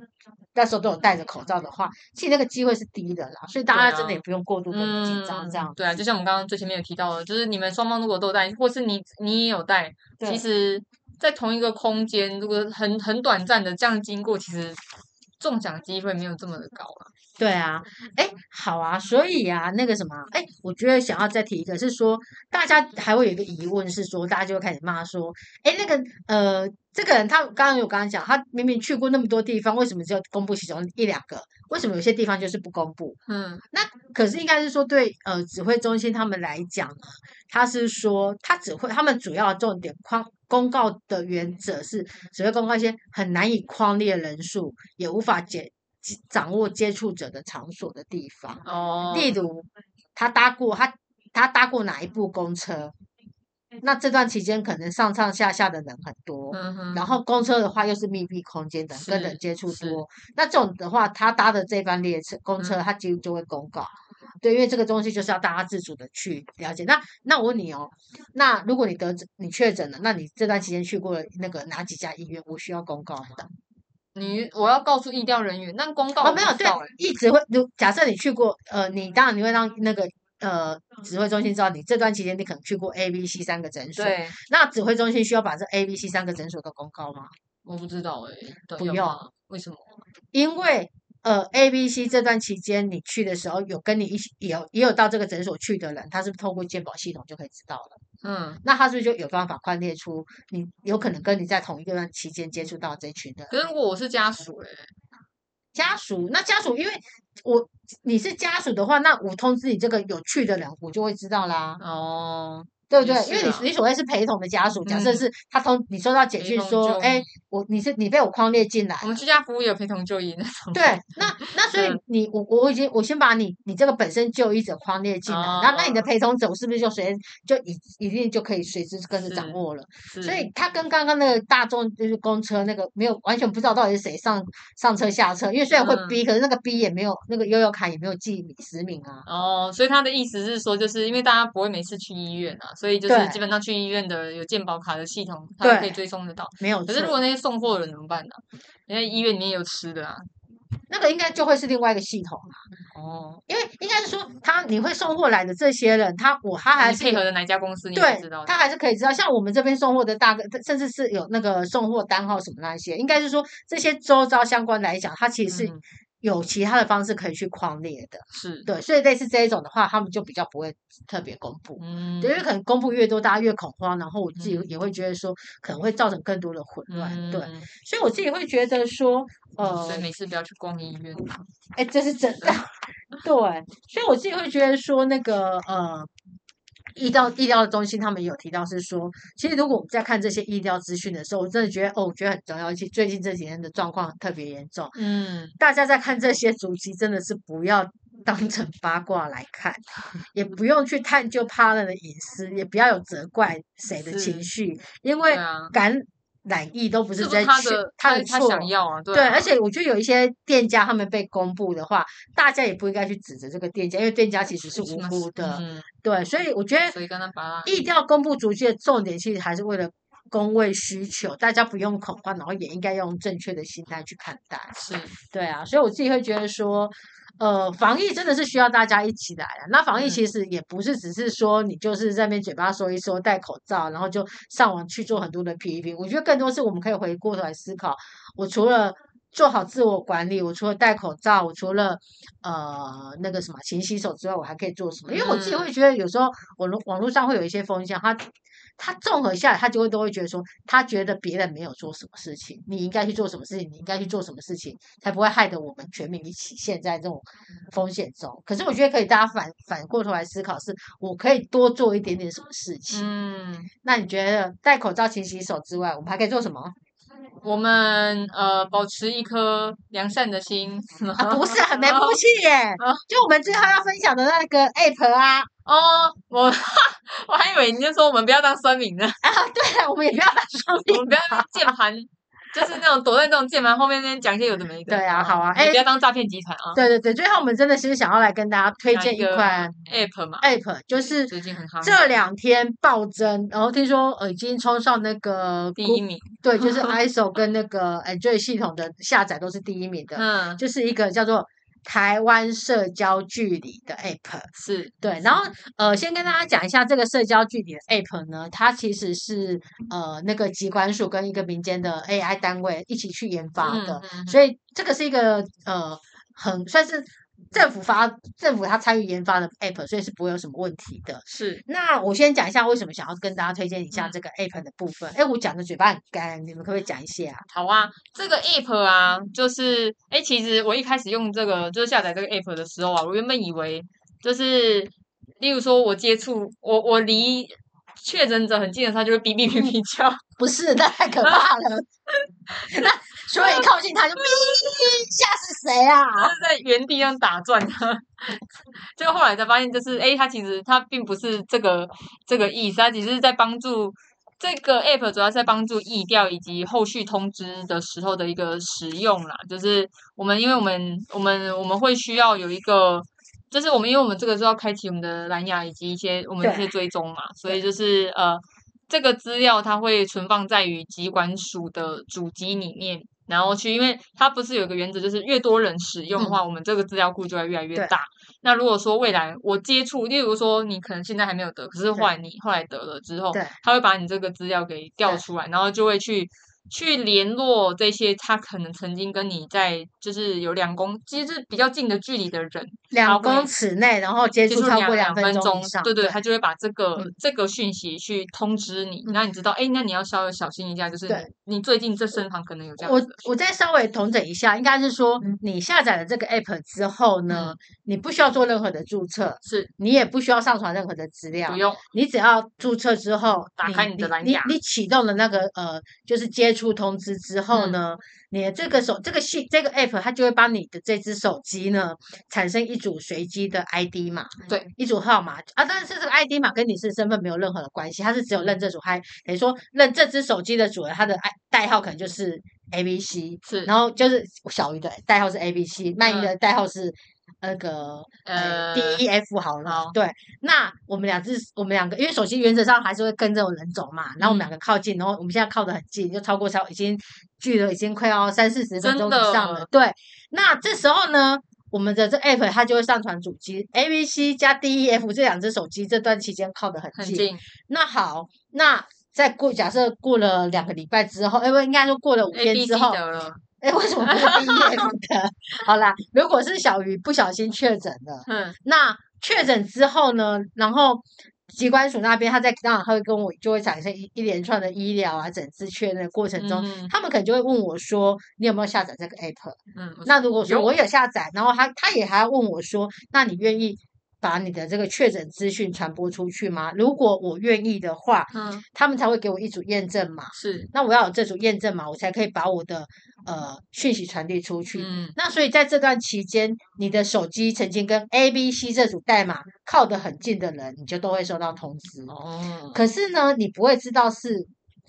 Speaker 2: 那时候都有戴着口罩的话，其实那个机会是低的啦，所以大
Speaker 3: 对
Speaker 2: 家真的
Speaker 3: 啊
Speaker 2: 也不用过度的紧张这样子。
Speaker 3: 对啊，就像我们刚刚最前面有提到的，就是你们双方如果都有带，或是你你也有带，
Speaker 2: 对
Speaker 3: 其实，在同一个空间，如果很很短暂的这样经过，其实中奖机会没有这么的高了。
Speaker 2: 对啊，哎，好啊，所以啊，那个什么，哎，我觉得想要再提一个，是说大家还会有一个疑问，是说大家就会开始骂说，哎，那个呃，这个人他刚刚有刚刚讲，他明明去过那么多地方，为什么只有公布其中一两个？为什么有些地方就是不公布？
Speaker 3: 嗯，
Speaker 2: 那可是应该是说对呃指挥中心他们来讲呢，他是说他只会他们主要重点框公告的原则是只会公告一些很难以框列人数，也无法解接掌握接触者的场所的地方，
Speaker 3: 哦，
Speaker 2: 例如他搭过他他搭过哪一部公车，那这段期间可能上上下下的人很多，
Speaker 3: 嗯哼，
Speaker 2: 然后公车的话又是密闭空间的，跟人
Speaker 3: 是
Speaker 2: 接触
Speaker 3: 是
Speaker 2: 多，那这种的话，他搭的这班列车公车，
Speaker 3: 嗯
Speaker 2: 他几乎就会公告。对，因为这个东西就是要大家自主的去了解。那那我问你哦，那如果你得知你确诊了，那你这段期间去过那个哪几家医院？我需要公告吗？
Speaker 3: 你我要告诉医疗人员，但公告
Speaker 2: 哦，
Speaker 3: 我
Speaker 2: 没
Speaker 3: 不
Speaker 2: 有，
Speaker 3: 知
Speaker 2: 对
Speaker 3: 道欸，
Speaker 2: 一直会。如假设你去过，呃，你当然你会让那个呃指挥中心知道你这段期间你可能去过 A、B、C 三个诊所。
Speaker 3: 对，
Speaker 2: 那指挥中心需要把这 A、B、C 三个诊所都公告吗？
Speaker 3: 我不知道哎，对
Speaker 2: 不
Speaker 3: 有
Speaker 2: 用
Speaker 3: 吗为什么？
Speaker 2: 因为呃，A、B、C 这段期间你去的时候，有跟你一起也有也有到这个诊所去的人，他是不是透过健保系统就可以知道了？
Speaker 3: 嗯，
Speaker 2: 那他是不是就有办法快列出你有可能跟你在同一个段期间接触到这群的
Speaker 3: 可是如果我是家属哎，
Speaker 2: 家属？那家属因为我你是家属的话，那我通知你这个有去的人，我就会知道啦，
Speaker 3: 哦，
Speaker 2: 对不
Speaker 3: 也
Speaker 2: 对？因为
Speaker 3: 是
Speaker 2: 你
Speaker 3: 啊
Speaker 2: 你所谓是陪同的家属，假设
Speaker 3: 嗯
Speaker 2: 是他通你收到简
Speaker 3: 陪
Speaker 2: 讯
Speaker 3: 同
Speaker 2: 说，
Speaker 3: 就
Speaker 2: 哎
Speaker 3: 医，
Speaker 2: 我你是你被我框列进来
Speaker 3: 我，们居家服务也有陪同就医那 种，
Speaker 2: 对，那那所以
Speaker 3: 嗯
Speaker 2: 你我我已经我先把你你这个本身就医者框列进来，那那你的
Speaker 3: 哦
Speaker 2: 陪同者我是不是就随就一一定就可以随之跟着掌
Speaker 3: 是
Speaker 2: 握了？所
Speaker 3: 是
Speaker 2: 以他跟刚刚那个大众就是公车那个没有完全不知道到底是谁上上车下车，因为虽然会
Speaker 3: 嗯
Speaker 2: 逼，可是那个逼也没有那个悠悠卡也没有记名实名啊。
Speaker 3: 哦，所以他的意思是说，就是因为大家不会每次去医院啊，所以就是
Speaker 2: 对
Speaker 3: 基本上去医院的有健保卡的系统，它都可以
Speaker 2: 对
Speaker 3: 追踪得到。
Speaker 2: 没有
Speaker 3: 可
Speaker 2: 错，
Speaker 3: 是如果那些送货的人怎么办呢、人家医院里面有吃的啊。
Speaker 2: 那个应该就会是另外一个系统啊，
Speaker 3: 哦，
Speaker 2: 因为应该是说他你会送货来的这些人，他我他还
Speaker 3: 你
Speaker 2: 是
Speaker 3: 配
Speaker 2: 有
Speaker 3: 合的哪一家公司，你也
Speaker 2: 对
Speaker 3: 知道，的。
Speaker 2: 他还是可以知道，像我们这边送货的大哥，甚至是有那个送货单号什么那一些，应该是说这些周遭相关来讲，它其实是
Speaker 3: 嗯
Speaker 2: 有其他的方式可以去框列的。
Speaker 3: 是，
Speaker 2: 对，所以类似这一种的话，他们就比较不会特别公布，
Speaker 3: 嗯，
Speaker 2: 对，因为可能公布越多，大家越恐慌，然后我自己
Speaker 3: 嗯
Speaker 2: 也会觉得说，可能会造成更多的混乱。对，
Speaker 3: 嗯
Speaker 2: 所以我自己会觉得说，呃
Speaker 3: 所以，每次不要去逛医院。啊
Speaker 2: 哎，这是真的， 对，所以我自己会觉得说，那个呃，医疗医疗的中心他们有提到是说，其实如果我们在看这些医疗资讯的时候，我真的觉得哦，我觉得很重要，而且最近这几天的状况特别严重，
Speaker 3: 嗯，
Speaker 2: 大家在看这些足迹，真的是不要当成八卦来看，也不用去探究他人的隐私，也不要有责怪谁的情
Speaker 3: 是
Speaker 2: 绪，因
Speaker 3: 对
Speaker 2: 为
Speaker 3: 啊，
Speaker 2: 感染疫都不
Speaker 3: 是
Speaker 2: 是
Speaker 3: 不是
Speaker 2: 在
Speaker 3: 他
Speaker 2: 去
Speaker 3: 的
Speaker 2: 他
Speaker 3: 他
Speaker 2: 的
Speaker 3: 他
Speaker 2: 错
Speaker 3: 想要啊？对
Speaker 2: 对，
Speaker 3: 啊，
Speaker 2: 而且我觉得有一些店家他们被公布的话，大家也不应该去指责这个店家，因为店家其实是无
Speaker 3: 什么
Speaker 2: 辜
Speaker 3: 事
Speaker 2: 的。
Speaker 3: 嗯，
Speaker 2: 对，所以我觉得
Speaker 3: 所以刚刚把它
Speaker 2: 意调公布足迹的重点，其实还是为了工位需求，大家不用恐慌，然后也应该用正确的心态去看待。
Speaker 3: 是
Speaker 2: 对啊，所以我自己会觉得说，呃，防疫真的是需要大家一起来啊的。那防疫
Speaker 3: 嗯
Speaker 2: 其实也不是只是说你就是在那边嘴巴说一说，戴口罩，然后就上网去做很多的批评。我觉得更多是我们可以回过头来思考，我除了做好自我管理，我除了戴口罩，我除了呃那个什么勤洗手之外，我还可以做什么？因为我自己
Speaker 3: 嗯
Speaker 2: 会觉得有时候网络网络上会有一些风向，他他综合下来，他就会都会觉得说，他觉得别人没有做什么事情，你应该去做什么事情，你应该去做什么事情，才不会害得我们全民一起陷在这种
Speaker 3: 嗯
Speaker 2: 风险中。可是我觉得可以大家反反过头来思考是，我可以多做一点点什么事情。
Speaker 3: 嗯。
Speaker 2: 那你觉得戴口罩、勤洗手之外，我们还可以做什么？
Speaker 3: 我们呃保持一颗良善的心，是吗？
Speaker 2: 啊， 不是很没默契耶！
Speaker 3: 嗯
Speaker 2: 就我们最后要分享的那个 app 啊，
Speaker 3: 哦，我 我还以为你就说我们不要当酸民呢，
Speaker 2: 对，我们也不要打双
Speaker 3: 我
Speaker 2: 面。
Speaker 3: 们不要当键盘，就是那种躲在这种键盘后面那边讲一些有的没的。
Speaker 2: 对啊好啊
Speaker 3: 也
Speaker 2: 哎
Speaker 3: 不要当诈骗集团啊。
Speaker 2: 对对对，最后我们真的是想要来跟大家推
Speaker 3: 哪
Speaker 2: 荐一
Speaker 3: 个
Speaker 2: 款
Speaker 3: app 嘛，
Speaker 2: app，就是
Speaker 3: 最近很夯
Speaker 2: 哎这两天暴增，然后听说呃已经冲上那个
Speaker 3: 第
Speaker 2: Goo-
Speaker 3: 一名。
Speaker 2: 对， 就是 ISO 跟那个呃 Android 系统的下载都是第一名的，
Speaker 3: 嗯，
Speaker 2: 就是一个叫做台湾社交距离的 app。
Speaker 3: 是嗯
Speaker 2: 对，然后呃，先跟大家讲一下这个社交距离的 app 呢，它其实是呃那个机关署跟一个民间的 AI 单位一起去研发
Speaker 3: 嗯
Speaker 2: 的，
Speaker 3: 嗯
Speaker 2: 所以这个是一个呃很算是政府发政府它参与研发的 app，所以是不会有什么问题的。
Speaker 3: 是
Speaker 2: 那我先讲一下为什么想要跟大家推荐一
Speaker 3: 嗯
Speaker 2: 下这个 app 的部分。哎、我讲的嘴巴很干，你们可不可以讲一些啊？
Speaker 3: 好啊，这个 app 啊，就是哎、诶其实我一开始用这个就是下载这个 app 的时候啊，我原本以为就是，例如说我接触我我离确诊者很近的时候，它就会哔哔哔哔叫，
Speaker 2: 不是，那太可怕了。那所以靠近它就 哔，吓死谁啊？
Speaker 3: 就是在原地这样打转的。 就后来才发现，就是哎、诶它其实它并不是这个这个意思，它只是在帮助。这个 app 主要是在帮助意调以及后续通知的时候的一个使用啦，就是我们因为我们我们我们会需要有一个就是我们因为我们这个是要开启我们的蓝牙以及一些我们一些
Speaker 2: 对
Speaker 3: 追踪嘛，所
Speaker 2: 对
Speaker 3: 以就是呃，这个资料它会存放在于疾管署的主机里面。然后去，因为它不是有一个原则，就是越多人使用
Speaker 2: 嗯
Speaker 3: 的话，我们这个资料库就会越来越
Speaker 2: 对
Speaker 3: 大。那如果说未来我接触，例如说你可能现在还没有得，可是后
Speaker 2: 对
Speaker 3: 来你后来得了之后，
Speaker 2: 对
Speaker 3: 他会把你这个资料给调
Speaker 2: 对
Speaker 3: 出来，然后就会去去联络这些他可能曾经跟你在就是有两公，其实是比较近的距离的人，
Speaker 2: 两
Speaker 3: 会
Speaker 2: 公尺内，然后接
Speaker 3: 接
Speaker 2: 触
Speaker 3: 触
Speaker 2: 超
Speaker 3: 两
Speaker 2: 过
Speaker 3: 两
Speaker 2: 分
Speaker 3: 分
Speaker 2: 钟以上，
Speaker 3: 对对，他就会把这个、
Speaker 2: 嗯
Speaker 3: 这个讯息去通知你，
Speaker 2: 嗯
Speaker 3: 那你知道，哎，那你要稍微小心一下，就是
Speaker 2: 对
Speaker 3: 你你最近这身旁可能有这样
Speaker 2: 我
Speaker 3: 子的
Speaker 2: 我再稍微统整一下，应该是说
Speaker 3: 嗯
Speaker 2: 你下载了这个 app 之后呢，你不需要做任何的注册，
Speaker 3: 是
Speaker 2: 你也不需要上传任何的资料
Speaker 3: 不，用
Speaker 2: 你只要注册之后，
Speaker 3: 打开你的蓝牙
Speaker 2: 你你启动了那个呃，就是接触通知之后
Speaker 3: 嗯
Speaker 2: 呢，你的这个手这个系这个 app 它就会帮你的这只手机呢产生一组随机的 ID 码，
Speaker 3: 对，
Speaker 2: 一组号码啊，但是这个 ID 码跟你是身份没有任何的关系，它是只有认这组
Speaker 3: 嗯
Speaker 2: ID，等于说认这只手机的主人，他的 I 代号可能就是 A B C，
Speaker 3: 是嗯
Speaker 2: 然后就是小鱼的代号是 A B C，曼玉的代号是那个呃
Speaker 3: 呃
Speaker 2: D E F 好了，
Speaker 3: 好
Speaker 2: 对。那我们两只，我们两个，因为手机原则上还是会跟这种人走嘛，然后我们
Speaker 3: 嗯
Speaker 2: 两个靠近，然后我们现在靠得很近，就超过超已经距了已经快要三四十分
Speaker 3: 真
Speaker 2: 钟以上了
Speaker 3: 的，
Speaker 2: 对。那这时候呢，我们的这 app 它就会上传主机 A B C 加 D E F 这两只手机这段期间靠得很
Speaker 3: 很
Speaker 2: 近，
Speaker 3: 近，
Speaker 2: 那好，那再过假设过了两个礼拜之后，哎、不，应该说过了五
Speaker 3: A
Speaker 2: 天
Speaker 3: B
Speaker 2: 之
Speaker 3: C
Speaker 2: 后，
Speaker 3: 得了，
Speaker 2: 哎、为什么不是 B E F 的？ 好啦，如果是小鱼不小心确诊了，
Speaker 3: 嗯，
Speaker 2: 那确诊之后呢，然后疾管署那边他在当然他会跟我就会产生一一连串的医疗啊、诊治确认的过程中，
Speaker 3: 嗯
Speaker 2: 他们可能就会问我说，你有没有下载这个 app？
Speaker 3: 嗯，我
Speaker 2: 那如果说
Speaker 3: 有
Speaker 2: 我有下载，然后他他也还要问我说，那你愿意把你的这个确诊资讯传播出去吗？如果我愿意的话，
Speaker 3: 嗯
Speaker 2: 他们才会给我一组验证码。
Speaker 3: 是
Speaker 2: 那我要有这组验证码，我才可以把我的呃讯息传递出去。
Speaker 3: 嗯
Speaker 2: 那所以在这段期间，你的手机曾经跟 A、B、C 这组代码靠得很近的人，你就都会收到通知。
Speaker 3: 哦
Speaker 2: 可是呢，你不会知道是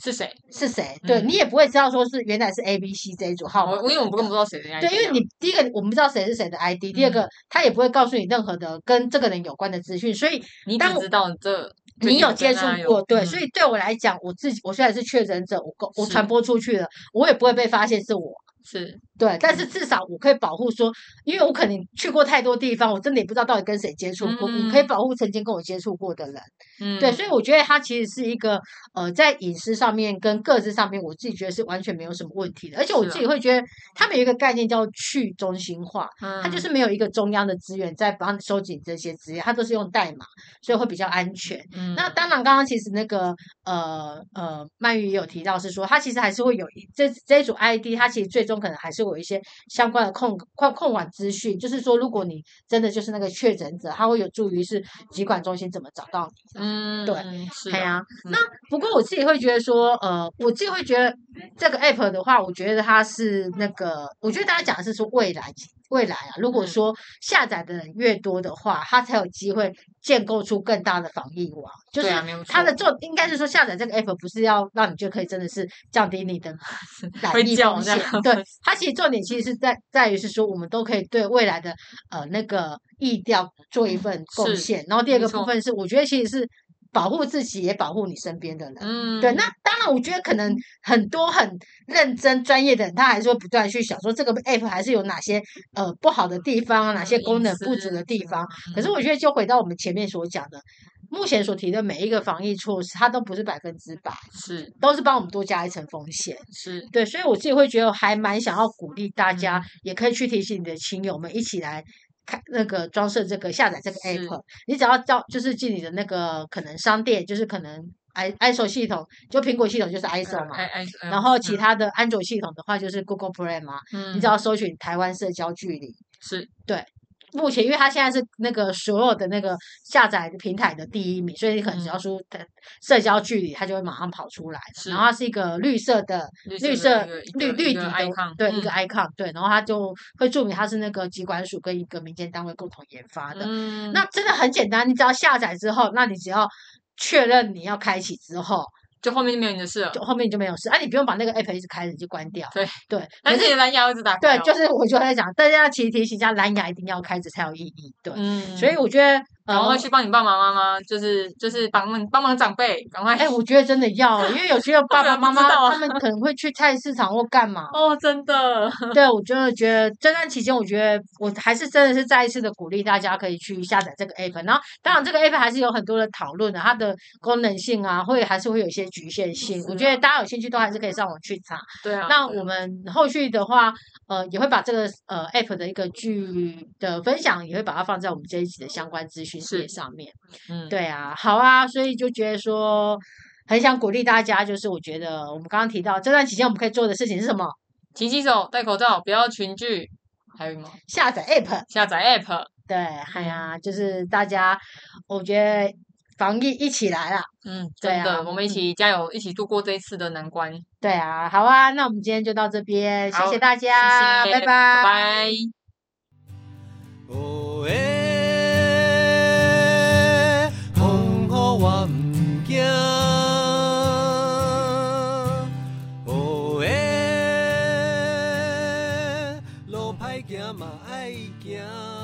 Speaker 3: 是谁？
Speaker 2: 是谁，对
Speaker 3: 嗯
Speaker 2: 你也不会知道说是原来是 A、B、C 这一组号
Speaker 3: 我
Speaker 2: 码。
Speaker 3: 哦因为我们根本不知道谁的 ID
Speaker 2: 对，因为
Speaker 3: 啊
Speaker 2: 你第一个我们不知道谁是谁的 ID，第二
Speaker 3: 嗯
Speaker 2: 个他也不会告诉你任何的跟这个人有关的资讯，所以
Speaker 3: 你
Speaker 2: 当
Speaker 3: 只知道这
Speaker 2: 你
Speaker 3: 最近
Speaker 2: 有
Speaker 3: 跟
Speaker 2: 接触
Speaker 3: 他有
Speaker 2: 过，对，所
Speaker 3: 嗯
Speaker 2: 以对我来讲，我自己我虽然是确诊者，我公我传
Speaker 3: 是
Speaker 2: 播出去了，我也不会被发现是我，
Speaker 3: 是
Speaker 2: 对，
Speaker 3: 嗯
Speaker 2: 但是至少我可以保护说，因为我可能去过太多地方，我真的也不知道到底跟谁接触过，我可以
Speaker 3: 嗯
Speaker 2: 保护曾经跟我接触过的人，
Speaker 3: 嗯
Speaker 2: 对，所以我觉得它其实是一个呃，在隐私上面跟个自上面，我自己觉得是完全没有什么问题的，而且我
Speaker 3: 是
Speaker 2: 自
Speaker 3: 啊
Speaker 2: 己会觉得他们有一个概念叫去中心化，它
Speaker 3: 他
Speaker 2: 就是没有一个中央的资源在帮你收集这些资料，它都是用代码，所以会比较安全。
Speaker 3: 嗯
Speaker 2: 那当然，刚刚其实那个呃呃，曼玉也有提到是说，它其实还是会有一这这一组 ID，它其实最终可能还是会有一些相关的控控控管资讯，就是说，如果你真的就是那个确诊者，它会有助于是疾管中心怎么找到你。
Speaker 3: 嗯
Speaker 2: 对
Speaker 3: 嗯是
Speaker 2: 对
Speaker 3: 啊
Speaker 2: 呀、
Speaker 3: 嗯
Speaker 2: 那不过我自己会觉得说，呃，我自己会觉得这个 app 的话，我觉得它是那个，我觉得大家讲的是说未来，未来啊，如果
Speaker 3: 嗯
Speaker 2: 说下载的人越多的话，它才有机会建构出更大的防疫网，就是
Speaker 3: 对啊没有
Speaker 2: 它的
Speaker 3: 错
Speaker 2: 做应该是说下载这个 app 不是要让你就可以真的是降低 你的
Speaker 3: 会
Speaker 2: 染疫
Speaker 3: 叫
Speaker 2: 风
Speaker 3: 这
Speaker 2: 险
Speaker 3: 样，
Speaker 2: 对它其实重点其实是在在于是说我们都可以对未来的呃那个意调做一份贡
Speaker 3: 嗯是
Speaker 2: 献，然后第二
Speaker 3: 没
Speaker 2: 个部
Speaker 3: 错
Speaker 2: 分是我觉得其实是保护自己也保护你身边的人。
Speaker 3: 嗯
Speaker 2: 对，那当然，我觉得可能很多很认真专业的人，他还是会不断去想说这个 app 还是有哪些呃不好的地方啊，哪些
Speaker 3: 隐
Speaker 2: 功能不足的
Speaker 3: 私
Speaker 2: 地
Speaker 3: 什
Speaker 2: 方。
Speaker 3: 么
Speaker 2: 可是
Speaker 3: 嗯
Speaker 2: 我觉得，就回到我们前面所讲的，目前所提的每一个防疫措施，它都不是百分之百，
Speaker 3: 是
Speaker 2: 都是帮我们多加一层风险。
Speaker 3: 是
Speaker 2: 对，所以我自己会觉得还蛮想要鼓励大家
Speaker 3: 嗯，
Speaker 2: 也可以去提醒你的亲友们一起来看那个装设这个下载这个
Speaker 3: 是
Speaker 2: app。你只要到就是进你的那个可能商店，就是可能 i iso 系统，就苹果系统就是 iso 嘛，
Speaker 3: 哎哎
Speaker 2: 然后其他的安卓系统的话就是 Google Play 嘛，你
Speaker 3: 你
Speaker 2: 只要搜寻台湾社交距离。
Speaker 3: 嗯是
Speaker 2: 目前，因为它现在是那个所有的那个下载平台的第一名，所以你可能
Speaker 3: 嗯
Speaker 2: 只要输社交距离，它就会马上跑出来的。
Speaker 3: 是
Speaker 2: 然后它是一个绿色的
Speaker 3: 绿
Speaker 2: 绿
Speaker 3: 色
Speaker 2: 色
Speaker 3: 的一
Speaker 2: 绿
Speaker 3: 个
Speaker 2: 绿
Speaker 3: 一
Speaker 2: 底
Speaker 3: 个
Speaker 2: 的
Speaker 3: icon，
Speaker 2: 对一个
Speaker 3: 嗯
Speaker 2: icon 对，然后它就会注明它是那个机管署跟一个民间单位共同研发的。
Speaker 3: 嗯
Speaker 2: 那真的很简单，你只要下载之后，那你只要确认你要开启之后，
Speaker 3: 就后面就没有你的事了。
Speaker 2: 就后面你就没有事。啊，你不用把那个 app 一直开着就关掉。
Speaker 3: 对
Speaker 2: 对，
Speaker 3: 但
Speaker 2: 可
Speaker 3: 是你蓝牙一直打开
Speaker 2: 对
Speaker 3: 哦，，
Speaker 2: 就是我就在讲，大家其实提醒一下，蓝牙一定要开着才有意义。对，
Speaker 3: 嗯，
Speaker 2: 所以我觉得，
Speaker 3: 赶
Speaker 2: 呃
Speaker 3: 快，去帮你爸爸妈妈，就是就是帮忙帮忙长辈，赶快。
Speaker 2: 哎、我觉得真的要，因为有些爸
Speaker 3: 们
Speaker 2: 爸 妈
Speaker 3: 不知
Speaker 2: 妈
Speaker 3: 道啊。
Speaker 2: 他们可能会去菜市场或干嘛
Speaker 3: 哦，真的，
Speaker 2: 对，我真的觉得这段期间，我觉得我还是真的是再一次的鼓励大家可以去下载这个 app。然后，当然这个 app 还是有很多的讨论的，它的功能性啊，会还是会有一些局限性。我
Speaker 3: 是啊
Speaker 2: 觉得大家有兴趣都还是可以上网去查。
Speaker 3: 对啊。
Speaker 2: 那
Speaker 3: 对
Speaker 2: 我们后续的话，呃，也会把这个呃 app 的一个剧的分享，也会把它放在我们这一集的相关资讯
Speaker 3: 是
Speaker 2: 页上面。
Speaker 3: 嗯，
Speaker 2: 对啊，好啊，所以就觉得说，很想鼓励大家，就是我觉得我们刚刚提到这段期间我们可以做的事情是什么？
Speaker 3: 勤洗手，戴口罩，不要群聚，还有吗？
Speaker 2: 下载 app。
Speaker 3: 下载 app，
Speaker 2: 对，哎
Speaker 3: 嗯
Speaker 2: 呀，就是大家，我觉得防疫一起来啦。
Speaker 3: 嗯，
Speaker 2: 对
Speaker 3: 真的，
Speaker 2: 啊
Speaker 3: 我们一
Speaker 2: 嗯
Speaker 3: 起加油，一起度过这一次的难关。谢
Speaker 2: 对啊，好啊，那我们今天就到这边，谢
Speaker 3: 好
Speaker 2: 谢大家，
Speaker 3: 谢，
Speaker 2: 拜
Speaker 3: 拜
Speaker 2: 拜。
Speaker 3: 拜。
Speaker 1: 哦耶，风雨我毋惊。哦耶，路歹行嘛爱行。